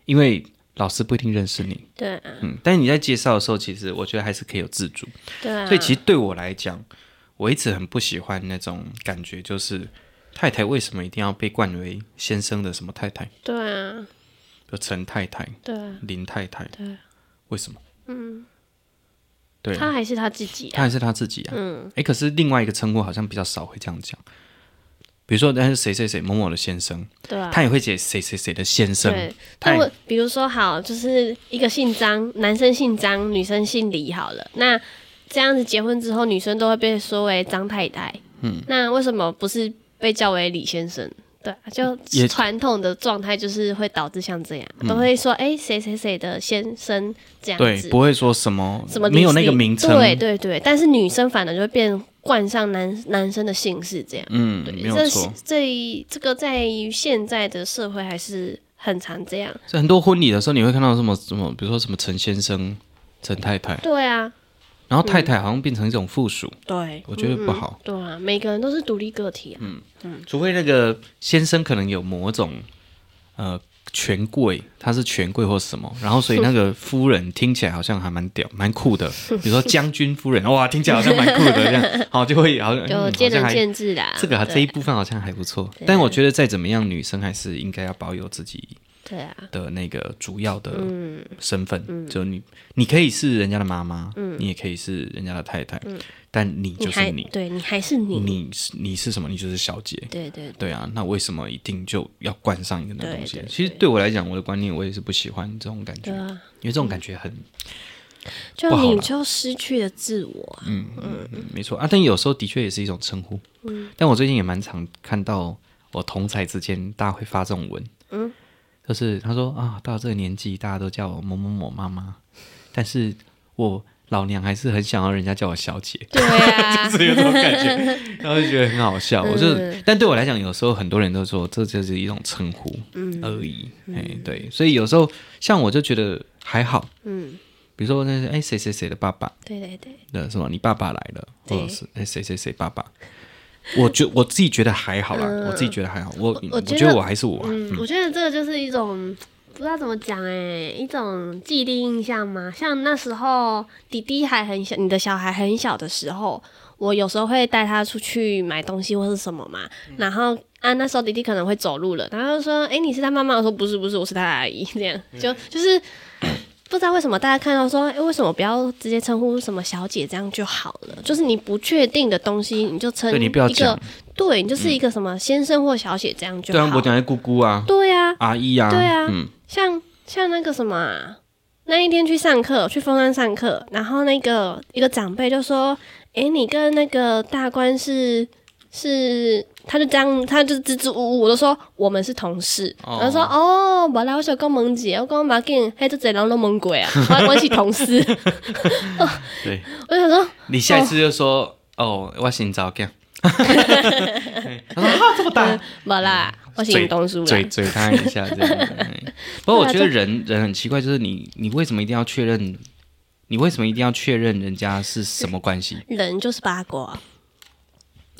Speaker 2: 因为老师不一定认识你，
Speaker 1: 对啊，
Speaker 2: 嗯，但你在介绍的时候，其实我觉得还是可以有自主。
Speaker 1: 对啊，
Speaker 2: 所以其实对我来讲，我一直很不喜欢那种感觉，就是太太为什么一定要被冠为先生的什么太太，
Speaker 1: 对啊，
Speaker 2: 就陈太太、
Speaker 1: 对啊，
Speaker 2: 林太太，
Speaker 1: 对，
Speaker 2: 为什么？嗯，对啊，
Speaker 1: 他还是他自己啊，
Speaker 2: 他还是他自己啊。嗯，哎，可是另外一个称呼好像比较少会这样讲。比如说，但是谁谁谁某某的先生，
Speaker 1: 对啊，
Speaker 2: 他也会写谁谁谁的先生，
Speaker 1: 对，
Speaker 2: 他
Speaker 1: 那
Speaker 2: 也
Speaker 1: 我比如说好，就是一个姓张，男生姓张，女生姓李好了。那这样子结婚之后，女生都会被说为张太太。嗯，那为什么不是被叫为李先生？对啊，就
Speaker 2: 也嗯
Speaker 1: 传统的状态就是会导致像这样，都会说哎谁谁谁的先生这样
Speaker 2: 对，
Speaker 1: 子，
Speaker 2: 不会说什么
Speaker 1: 什么李
Speaker 2: 没有那个
Speaker 1: 李
Speaker 2: 名称，
Speaker 1: 对对对，但是女生反而就会变冠上男男生的姓氏这样。
Speaker 2: 嗯，
Speaker 1: 对，
Speaker 2: 没有
Speaker 1: 这是
Speaker 2: 错。
Speaker 1: 这这个在于现在的社会还是很常这样。
Speaker 2: 所以很多婚礼的时候，你会看到什么什么，比如说什么陈先生、陈太太，
Speaker 1: 对啊，
Speaker 2: 然后太太好像变成一种附属，
Speaker 1: 对，
Speaker 2: 我觉得不好。
Speaker 1: 对啊，每个人都是独立个体啊。
Speaker 2: 嗯除非那个先生可能有某种呃权贵，他是权贵或什么，然后所以那个夫人听起来好像还蛮屌、蛮酷的，比如说将军夫人，哇，听起来好像蛮酷的这样，好就会好像嗯
Speaker 1: 就
Speaker 2: 好
Speaker 1: 见
Speaker 2: 像
Speaker 1: 仁
Speaker 2: 还
Speaker 1: 见智啦，
Speaker 2: 这个还这
Speaker 1: 对
Speaker 2: 一部分好像还不错，但我觉得再怎么样，女生还是应该要保有自己
Speaker 1: 对啊，
Speaker 2: 的那个主要的
Speaker 1: 嗯
Speaker 2: 身份，就你，你可以是人家的妈妈，你也可以是人家的太太，但你
Speaker 1: 嗯你
Speaker 2: 就
Speaker 1: 还
Speaker 2: 是你，
Speaker 1: 对你还是你，
Speaker 2: 你是你是什么？你就是小姐。
Speaker 1: 对对
Speaker 2: 对啊，那为什么一定就要冠上一个那个东西
Speaker 1: 对？对
Speaker 2: 其实对我来讲，我的观念我也是不喜欢这种感觉，
Speaker 1: 对
Speaker 2: 因
Speaker 1: 啊，
Speaker 2: 为这种感觉很
Speaker 1: 就
Speaker 2: 不好
Speaker 1: 你
Speaker 2: 啦
Speaker 1: 就失去了自我啊。
Speaker 2: 嗯没错啊。但有时候的确也是一种称呼。但我最近也蛮常看到我同才之间大家会发这种文，就是他说啊，到这个年纪大家都叫我某某某妈妈， 但是我老娘还是很想要人家叫我小姐。
Speaker 1: 对啊，
Speaker 2: 是有这种感觉， 嗯然后就觉得很好笑。我就，但对我来讲，有时候很多人都说这就是一种称呼而已。哎、对，所以有时候像我就觉得还好。嗯，比如说那是哎谁谁谁的爸爸
Speaker 1: 对对对，
Speaker 2: 的什么，你爸爸来了，或
Speaker 1: 对
Speaker 2: 者是哎谁谁谁爸爸。我觉我自己觉得还好啦，我自己觉得还好，我
Speaker 1: 嗯我
Speaker 2: 我
Speaker 1: 觉得
Speaker 2: 觉得我还是我啊，
Speaker 1: 嗯，我觉得这个就是一种。不知道怎么讲哎、一种既定印象嘛。像那时候弟弟还很小，你的小孩很小的时候，我有时候会带他出去买东西或是什么嘛。
Speaker 2: 嗯
Speaker 1: 然后啊，那时候弟弟可能会走路了，然后就说：“哎、你是他妈妈？”我说：“不是，不是，我是他阿姨。”这样
Speaker 2: 嗯
Speaker 1: 就就是不知道为什么大家看到说，哎、为什么不要直接称呼什么小姐这样就好了？就是你不确定的东西，你就称
Speaker 2: 对你不要
Speaker 1: 一
Speaker 2: 讲嗯
Speaker 1: 个，对你就是一个什么先生或小姐这样就
Speaker 2: 对
Speaker 1: 好。
Speaker 2: 啊，我讲的姑姑啊、
Speaker 1: 对呀、
Speaker 2: 阿姨啊，
Speaker 1: 对啊
Speaker 2: 嗯，
Speaker 1: 像像那个什么啊、那一天去上课，去峰山上课，然后那个一个长辈就说：“诶，你跟那个大官是是。”他就这样，他就支支吾吾的说我们是同事，然后说哦，本来我想讲萌姐，我讲马健，嘿，这这人都蒙鬼啊，我我是同事。
Speaker 2: 对，
Speaker 1: 我想说，
Speaker 2: 你下一次就说哦，我姓赵， 这样。他说啊，这么大，
Speaker 1: 没啦，我是
Speaker 2: 嘴
Speaker 1: 东叔啦
Speaker 2: 嘴。嘴他一下这 样子。哎不过
Speaker 1: 啊
Speaker 2: 我觉得人人很奇怪，就是你你为什么一定要确认？你为什么一定要确认人家是什么关系
Speaker 1: 人就是八卦，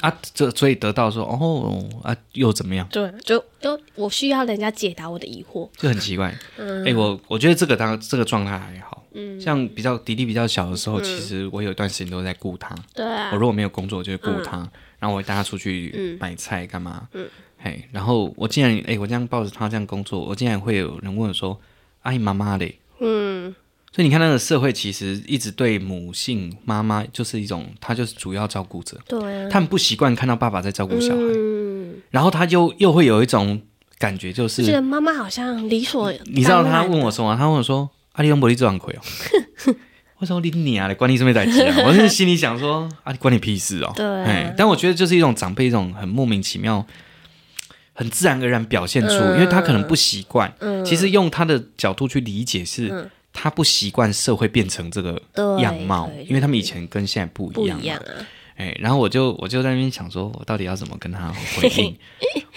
Speaker 2: 啊？这所以得到说哦啊又怎么样，
Speaker 1: 对，就就我需要人家解答我的疑惑。
Speaker 2: 就很奇怪。哎、
Speaker 1: 嗯
Speaker 2: 我我觉得这个当这个状态还好。嗯，像比较迪迪比较小的时候，其实我有一段时间都在顾他。
Speaker 1: 对嗯啊嗯
Speaker 2: 我，如果没有工作，我就会雇他，然后我会带他出去买菜干嘛，嘿，然后我竟然哎、我这样抱着他这样工作，我竟然会有人问我说：“阿姨妈妈嘞？”
Speaker 1: 嗯，
Speaker 2: 所以你看，那个社会其实一直对母性妈妈就是一种，她就是主要照顾者，
Speaker 1: 对啊，
Speaker 2: 他们不习惯看到爸爸在照顾小孩，
Speaker 1: 嗯。
Speaker 2: 然后他又又会有一种感觉，就
Speaker 1: 就觉得
Speaker 2: 是
Speaker 1: 妈妈好像理所
Speaker 2: 你知道
Speaker 1: 当
Speaker 2: 他
Speaker 1: 然
Speaker 2: 问我什么？他问我说：“阿里用伯利这样亏哦。” 我说：“你你啊，关你什么代志啊？”我是心里想说：“啊，你关你屁事哦。”
Speaker 1: 对啊
Speaker 2: 哎，但我觉得就是一种长辈一种很莫名其妙、很自然而然表现出，
Speaker 1: 嗯
Speaker 2: 因为他可能不习惯。其实用他的角度去理解是，他不习惯社会变成这个
Speaker 1: 嗯对
Speaker 2: 样貌
Speaker 1: 对，
Speaker 2: 因为他们以前跟现在不
Speaker 1: 不
Speaker 2: 一
Speaker 1: 一
Speaker 2: 样嘛。
Speaker 1: 样啊，
Speaker 2: 哎，然后我就我就在那边想说，我到底要怎么跟他回 应？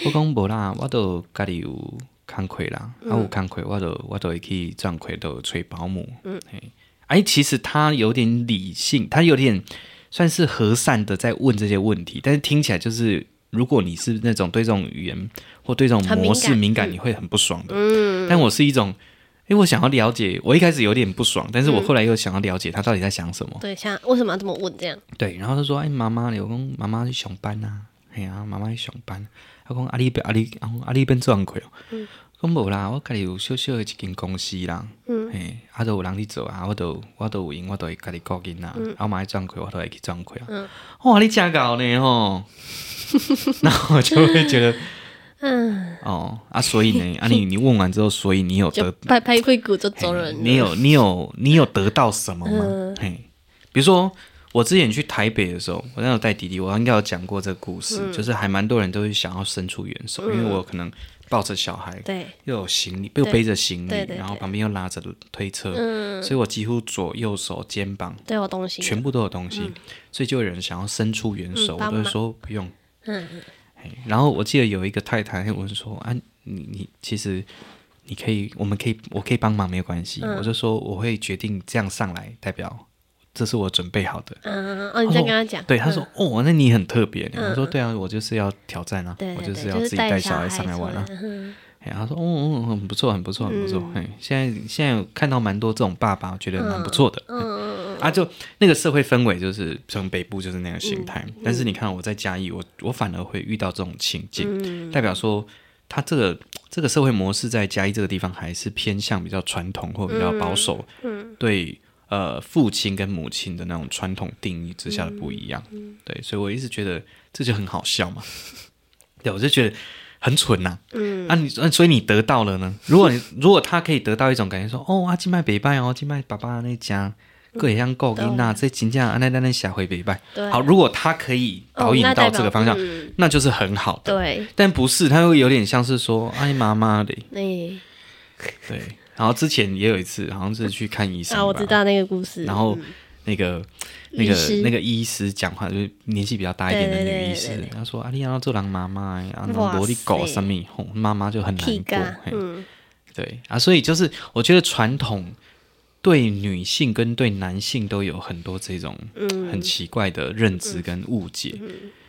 Speaker 2: 我讲无啦，我都家里有工课啦，啊有工课，我都我都会去赚课，都有找保姆。嗯，哎，哎，其实他有点理性，他有点算是和善的在问这些问题，但是听起来就是，如果你是那种对这种语言或对这种
Speaker 1: 很敏
Speaker 2: 模式
Speaker 1: 感
Speaker 2: 敏感，
Speaker 1: 嗯
Speaker 2: 你会很不爽的。嗯，但我是一种。哎，我想要了解，我一开始有点不爽，但是
Speaker 1: 嗯
Speaker 2: 我后来又想要了解他到底在想什么。
Speaker 1: 对，像为什么要这么问这样？
Speaker 2: 对，然后他说：“哎、妈妈，我讲妈妈去上班啊，嘿啊，妈妈去上班。”我讲：“啊，你变啊你啊啊你变做工课哦。”讲无啦，我家己有小小的一间公司啦，嗯，嘿，啊，都有人去做啊，我都我都有闲，我都会家己顾囡仔，啊，我嘛爱赚开，我都会去赚开啊。哇，你真搞呢 吼！然后我就会觉得，嗯，哦啊，所以呢，啊你你问完之后，所以你有
Speaker 1: 就
Speaker 2: 得
Speaker 1: 拍拍屁股就走
Speaker 2: 嘿
Speaker 1: 人了。
Speaker 2: 哎
Speaker 1: 嗯
Speaker 2: 你有你有你有得到什么吗？嘿，比如说我之前去台北的时候，我那时候带弟弟，我应该有讲过这个故事，
Speaker 1: 嗯
Speaker 2: 就是还蛮多人都会想要伸出援手，因为我可能抱着小孩，
Speaker 1: 对
Speaker 2: 又有行李，又背着行
Speaker 1: 嗯对
Speaker 2: 李，
Speaker 1: 对
Speaker 2: 然后旁边又拉着推车，
Speaker 1: 嗯
Speaker 2: 所以我几乎左右手肩膀
Speaker 1: 都有东西的，
Speaker 2: 嗯全部都有东西，所以就有人想要伸出援手，
Speaker 1: 嗯
Speaker 2: 我
Speaker 1: 帮
Speaker 2: 都会
Speaker 1: 忙
Speaker 2: 说不用。
Speaker 1: 嗯
Speaker 2: 嘿然后我记得有一个太太问说：“啊，你你其实你可以，我们可以，我可以帮忙，没有关系。
Speaker 1: 嗯
Speaker 2: 我就说我会决定这样上来，代表这是我准备好的。
Speaker 1: 嗯哦，你这样跟他讲，
Speaker 2: 对，他说：“哦，那你很特别。”我说：“对啊，我就是要挑战啊，
Speaker 1: 对
Speaker 2: 我
Speaker 1: 对
Speaker 2: 就
Speaker 1: 对，
Speaker 2: 是要自己带
Speaker 1: 带
Speaker 2: 小
Speaker 1: 孩
Speaker 2: 孩上来玩啊。
Speaker 1: 出来嗯”
Speaker 2: 嘿他说：“哦哦，哦很不错，很不错，很不错。”嘿，现在现在有看到蛮多这种爸爸，我觉得蛮不错的。
Speaker 1: 嗯嗯嗯
Speaker 2: 啊，就那个社会氛围，就是从北部就是那个形态。
Speaker 1: 嗯
Speaker 2: 但是你看我在嘉义，我我反而会遇到这种情境，
Speaker 1: 嗯
Speaker 2: 代表说他这个这个社会模式在嘉义这个地方还是偏向比较传统或比较保守，
Speaker 1: 嗯
Speaker 2: 对呃父亲跟母亲的那种传统定义之下的不一样。
Speaker 1: 嗯
Speaker 2: 对，所以我一直觉得这就很好笑嘛。 对，我就觉得很蠢呐、嗯，啊你，啊所以你得到了呢？如果你 如果他可以得到一种感觉说，哦，啊，今麦北拜哦，今麦爸爸那家。各也像够囡呐，这真正安那那那下回北拜。
Speaker 1: 嗯对
Speaker 2: 好，如果他可以导
Speaker 1: 哦
Speaker 2: 引
Speaker 1: 那
Speaker 2: 到
Speaker 1: 代
Speaker 2: 这
Speaker 1: 表
Speaker 2: 个方向，
Speaker 1: 嗯
Speaker 2: 那就是很好的。
Speaker 1: 对，
Speaker 2: 但不是，他会有点像是说“哎妈妈的
Speaker 1: 那”，
Speaker 2: 对。然后之前也有一次，好像是去看医生吧，
Speaker 1: 啊，我知道那个故事，
Speaker 2: 然后那个、那
Speaker 1: 医
Speaker 2: 个
Speaker 1: 师
Speaker 2: 那个医师讲话，就是年纪比较大一点的
Speaker 1: 对对
Speaker 2: 女医
Speaker 1: 对
Speaker 2: 师，
Speaker 1: 对对
Speaker 2: 她说：“啊，你要做人妈妈的，啊，
Speaker 1: 哇
Speaker 2: 那萝莉狗
Speaker 1: 塞
Speaker 2: 什么，吼妈妈就很难
Speaker 1: 屁
Speaker 2: 过。
Speaker 1: 嘎，
Speaker 2: 嘿
Speaker 1: 嗯，
Speaker 2: 对啊，所以就是我觉得传统对女性跟对男性都有很多这种很奇怪的认知跟误解。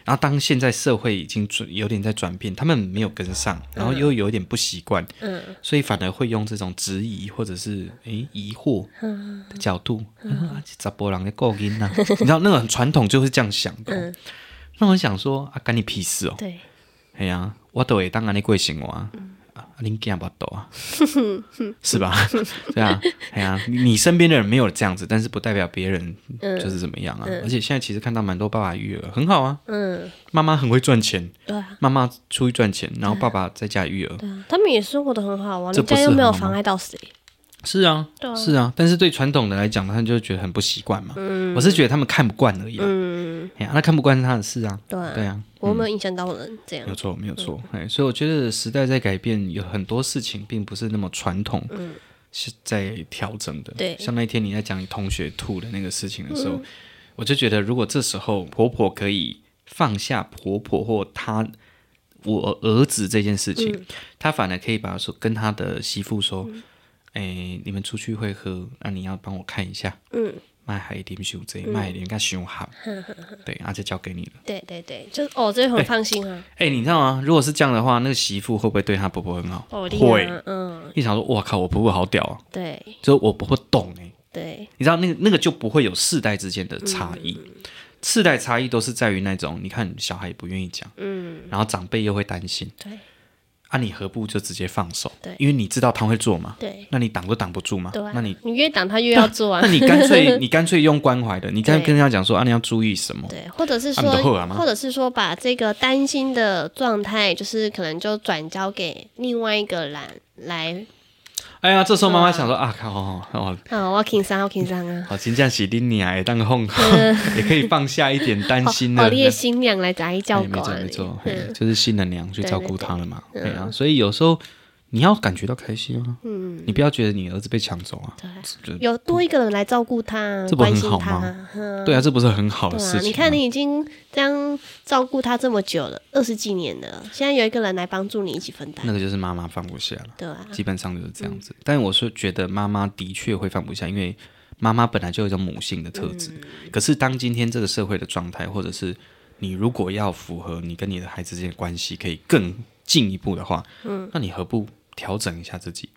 Speaker 2: 然后当现在社会已经转有点在转变，他们没有跟上，然后又有点不习惯，
Speaker 1: 嗯
Speaker 2: 所以反而会用这种质疑或者是诶疑惑的角度，啊，这波人在够音呐， 你知道那个很传统就是这样想的哦、那我想说啊，干你屁事哦！
Speaker 1: 对，
Speaker 2: 哎呀、啊，我都会当安尼过生活啊，啊，恁囝巴多 啊，是吧？ 对啊，哎呀、你你身边的人没有这样子，但是不代表别人
Speaker 1: 嗯
Speaker 2: 就是怎么样啊。而且现在其实看到蛮多爸爸育儿很好啊，
Speaker 1: 嗯，
Speaker 2: 妈妈很会赚钱，
Speaker 1: 对啊，嗯
Speaker 2: 妈妈出去赚钱，然后爸爸在家育儿。
Speaker 1: 对啊，他们也生活的很好啊，
Speaker 2: 嗯这
Speaker 1: 人
Speaker 2: 不
Speaker 1: 家
Speaker 2: 是
Speaker 1: 又没有
Speaker 2: 很好吗
Speaker 1: 妨碍到谁，
Speaker 2: 是啊，
Speaker 1: 对啊
Speaker 2: 是啊，但是对传统的来讲，他们就觉得很不习惯嘛。我是觉得他们看不惯而已啦。
Speaker 1: 嗯，
Speaker 2: 哎呀，那看不惯是他的事啊。
Speaker 1: 对啊
Speaker 2: 对啊，
Speaker 1: 我有没有影响到人这样
Speaker 2: 没有，错，没有错。哎，所以我觉得时代在改变，有很多事情并不是那么传统，是在调整的。
Speaker 1: 对
Speaker 2: 像那天你在讲你同学吐的那个事情的时候，我就觉得，如果这时候婆婆可以放下婆婆或她我儿子这件事情，她、反而可以把她说跟她的媳妇说：“哎、你们出去会喝，那、你要帮我看一下。”嗯。卖海点修这，卖点个修好，对，那、就交给你了。
Speaker 1: 对对对，就是哦，这个很放心啊，
Speaker 2: 哎、你知道吗？如果是这样的话，那个媳妇会不会对她婆婆很好？
Speaker 1: 哦，厉害
Speaker 2: 会
Speaker 1: 啊，，嗯，
Speaker 2: 一想说，哇靠，我婆婆好屌啊！
Speaker 1: 对
Speaker 2: 就我婆婆懂哎、
Speaker 1: 对，
Speaker 2: 你知道那个那个就不会有世代之间的差异，
Speaker 1: 嗯
Speaker 2: 世代差异都是在于那种，你看小孩不愿意讲，
Speaker 1: 嗯，
Speaker 2: 然后长辈又会担心，
Speaker 1: 对
Speaker 2: 啊，你何不就直接放手？
Speaker 1: 对
Speaker 2: 因为你知道他会做嘛，
Speaker 1: 对
Speaker 2: 那你挡都挡不住嘛，
Speaker 1: 对啊，
Speaker 2: 那你。
Speaker 1: 你越挡他越要 做啊
Speaker 2: 那，你干 脆你干脆用关怀的，你干脆
Speaker 1: 对
Speaker 2: 跟他讲说啊，你要注意什么？
Speaker 1: 对，或者是
Speaker 2: 啊
Speaker 1: 说
Speaker 2: 你就好了，吗
Speaker 1: 或者是说把这个担心的状态，就是可能就转交给另外一个人来，
Speaker 2: 哎呀，这时候妈妈想说啊，靠，哦哦，
Speaker 1: 啊，我要 king 三，我要 king 三啊，
Speaker 2: 好，真正哦是你娘会当哄，也可以放下一点担心
Speaker 1: 哦，
Speaker 2: 了。
Speaker 1: 嗯你的新娘来宅
Speaker 2: 哎
Speaker 1: 教
Speaker 2: 没错
Speaker 1: 管，
Speaker 2: 没错，嘿就是新的娘去
Speaker 1: 对
Speaker 2: 照
Speaker 1: 对
Speaker 2: 顾
Speaker 1: 嗯对嗯
Speaker 2: 他了嘛。对啊，所以有时候你要感觉到开心啊，嗯，你不要觉得你儿子被抢走啊，这
Speaker 1: 有多一个人来照顾他
Speaker 2: 这，不
Speaker 1: 关
Speaker 2: 很
Speaker 1: 心
Speaker 2: 好
Speaker 1: 他
Speaker 2: 吗，
Speaker 1: 嗯
Speaker 2: 对啊，这不是很好的
Speaker 1: 对
Speaker 2: 事
Speaker 1: 啊，
Speaker 2: 情吗？
Speaker 1: 你看你已经这样照顾他这么久了，二十几年了，现在有一个人来帮助你一起分担
Speaker 2: 那，个就是妈妈放不下了，
Speaker 1: 对啊，
Speaker 2: 嗯基本上就是这样子。但我是觉得妈妈的确会放不下，因为妈妈本来就有一种母性的特质，可是当今天这个社会的状态，或者是你如果要符合你跟你的孩子之间的关系可以更进一步的话，嗯，那你何不调整一下自己？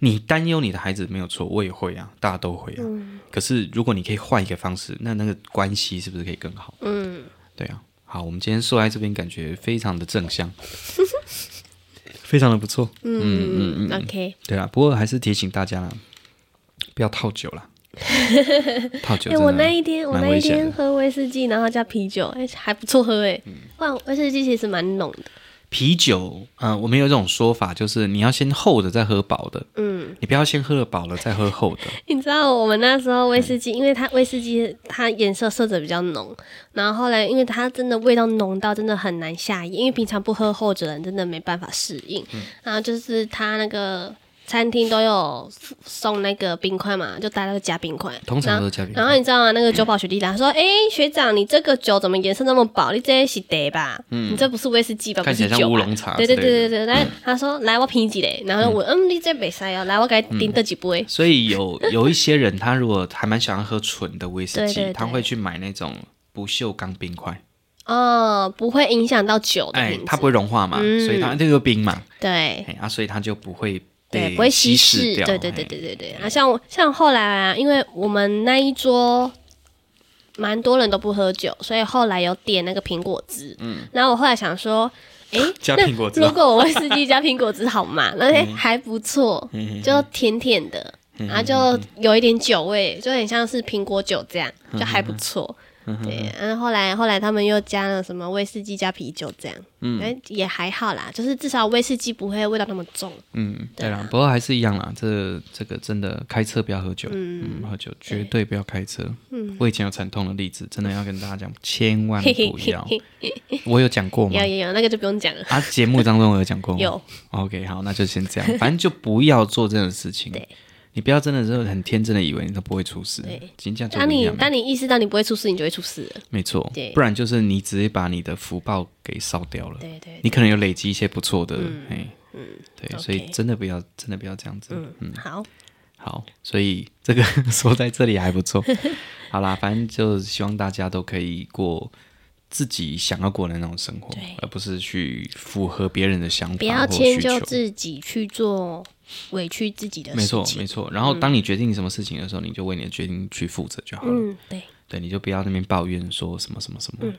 Speaker 2: 你担忧你的孩子没有错，我也会啊，大家都会啊。可是如果你可以换一个方式，那那个关系是不是可以更好？嗯，对啊。好，我们今天说在这边，感觉非常的正 向，非常的不错。
Speaker 1: 嗯嗯，OK。
Speaker 2: 对啊，不过还是提醒大家啦，不要套酒 啦。套酒
Speaker 1: 哎、
Speaker 2: 真的
Speaker 1: 我那一天我
Speaker 2: 蛮
Speaker 1: 那
Speaker 2: 危
Speaker 1: 一
Speaker 2: 险的嗯
Speaker 1: 天喝威士忌，然后加啤酒，哎、还不错喝哎、哇，威士忌其实蛮浓的。
Speaker 2: 啤酒，嗯、我们有一种说法，就是你要先厚的再喝薄的，
Speaker 1: 嗯，
Speaker 2: 你不要先喝了饱了再喝厚的。
Speaker 1: 你知道我们那时候威士
Speaker 2: 嗯
Speaker 1: 忌，因为它威士忌它颜色色泽比较浓，然后后来因为它真的味道浓到真的很难下咽，因为平常不喝后者人真的没办法适应。
Speaker 2: 嗯
Speaker 1: 然后就是它那个餐厅都有送那个冰块嘛，就大家都加冰块，
Speaker 2: 通常
Speaker 1: 然后
Speaker 2: 都是加冰块
Speaker 1: 然后你嗯知道吗？那个酒保学弟
Speaker 2: 嗯
Speaker 1: 来说：“哎、学长，你这个酒怎么颜色那么饱？你这是得吧？你这不是威士忌吧？
Speaker 2: 嗯看起来
Speaker 1: 不是
Speaker 2: 像
Speaker 1: 酒吧
Speaker 2: 乌龙茶
Speaker 1: 对对
Speaker 2: 之类的嗯
Speaker 1: 对对对。但他说：“来，我品几嘞。”然后我：“嗯，你这没塞哦，来，我给你顶这几杯。
Speaker 2: 所以有有一些人，他如果还蛮想要喝纯的威士
Speaker 1: 对
Speaker 2: 忌，
Speaker 1: 对对
Speaker 2: 他会去买那种不锈钢冰块，
Speaker 1: 哦，不会影响到酒的
Speaker 2: 哎
Speaker 1: 品，质，
Speaker 2: 它不会融化嘛，
Speaker 1: 嗯
Speaker 2: 所以它这个冰嘛，
Speaker 1: 对
Speaker 2: 哎啊，所以它就不会
Speaker 1: 对，
Speaker 2: 被
Speaker 1: 不会
Speaker 2: 稀
Speaker 1: 稀
Speaker 2: 释
Speaker 1: 释，
Speaker 2: 掉，
Speaker 1: 对对对
Speaker 2: 哎，
Speaker 1: 对对对。啊，像我像后来啊，因为我们那一桌蛮多人都不喝酒，所以后来有点那个苹果汁。嗯，然后我后来想说，诶，
Speaker 2: 加
Speaker 1: 那
Speaker 2: 苹果汁
Speaker 1: 如果我威士忌加苹果汁好 嘛，那
Speaker 2: 嗯
Speaker 1: 诶还不错，就甜甜的，然后
Speaker 2: 嗯
Speaker 1: 就有一点酒味，就很像是苹果酒这样，就还不错。
Speaker 2: 嗯
Speaker 1: 对，然后后来后来他们又加了什么威士忌加啤酒这样，嗯，也还好啦，就是至少威士忌不会味道那么重，
Speaker 2: 嗯，
Speaker 1: 对
Speaker 2: 对
Speaker 1: 啊
Speaker 2: 啦，不过还是一样啦，这这个真的开车不要喝酒，嗯，喝酒绝对不要开车，嗯，我以前有惨痛的例子，真的要跟大家讲，千万
Speaker 1: 嘿嘿
Speaker 2: 不
Speaker 1: 嘿
Speaker 2: 要，
Speaker 1: 嘿。
Speaker 2: 我有讲过吗
Speaker 1: 有？有有，那个就不用讲了。
Speaker 2: 啊，节目当中我有讲过吗？
Speaker 1: 有，
Speaker 2: OK，好，那就先 这样，反正就不要做这种事情。
Speaker 1: 对，
Speaker 2: 你不要真的是很天真的以为你都不会出事。
Speaker 1: 对，
Speaker 2: 金价就
Speaker 1: 当
Speaker 2: 一
Speaker 1: 你
Speaker 2: 样嘛，
Speaker 1: 当你意识到你不会出事，你就会出事了。
Speaker 2: 没错
Speaker 1: 对，
Speaker 2: 不然就是你直接把你的福报给烧掉了。
Speaker 1: 对对，
Speaker 2: 你可能有累积一些不错的，哎，对，所以
Speaker 1: OK
Speaker 2: 真的不要，真的不要这样子。
Speaker 1: 嗯，好，
Speaker 2: 好，所以这个 说在这里还不错。 好啦，反正就希望大家都可以过自己想要过的那种生活
Speaker 1: 对，
Speaker 2: 而不是去符合别人的想法
Speaker 1: 不要
Speaker 2: 或需
Speaker 1: 迁
Speaker 2: 求
Speaker 1: 就。自己去做委屈自己的
Speaker 2: 没
Speaker 1: 事
Speaker 2: 错，
Speaker 1: 情。
Speaker 2: 没错。然后当你决定什么事情的时候，你就为你的决定去负责就好了。
Speaker 1: 嗯，对，
Speaker 2: 对，你就不要那边抱怨说什么什么什么。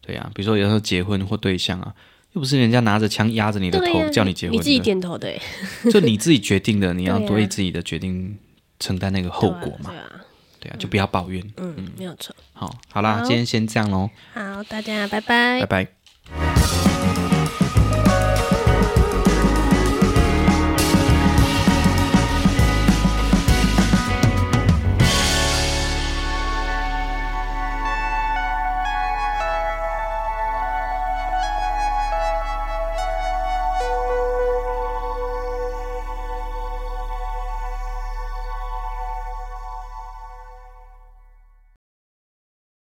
Speaker 2: 对啊，比如说有时候结婚或对象啊，又不是人家拿着枪压着你的
Speaker 1: 对
Speaker 2: 头、
Speaker 1: 呀
Speaker 2: 叫你结婚
Speaker 1: 你自己
Speaker 2: 的，
Speaker 1: 点头的，欸
Speaker 2: 就你自己决定的，你 要
Speaker 1: 对啊
Speaker 2: 为自己的决定承担那个后果嘛
Speaker 1: 对。啊，
Speaker 2: 对啊，就不要抱怨。
Speaker 1: 嗯，没有错。
Speaker 2: 好，好啦，
Speaker 1: 好哎
Speaker 2: 今天先这样喽，
Speaker 1: 好，大家拜拜
Speaker 2: 拜。拜。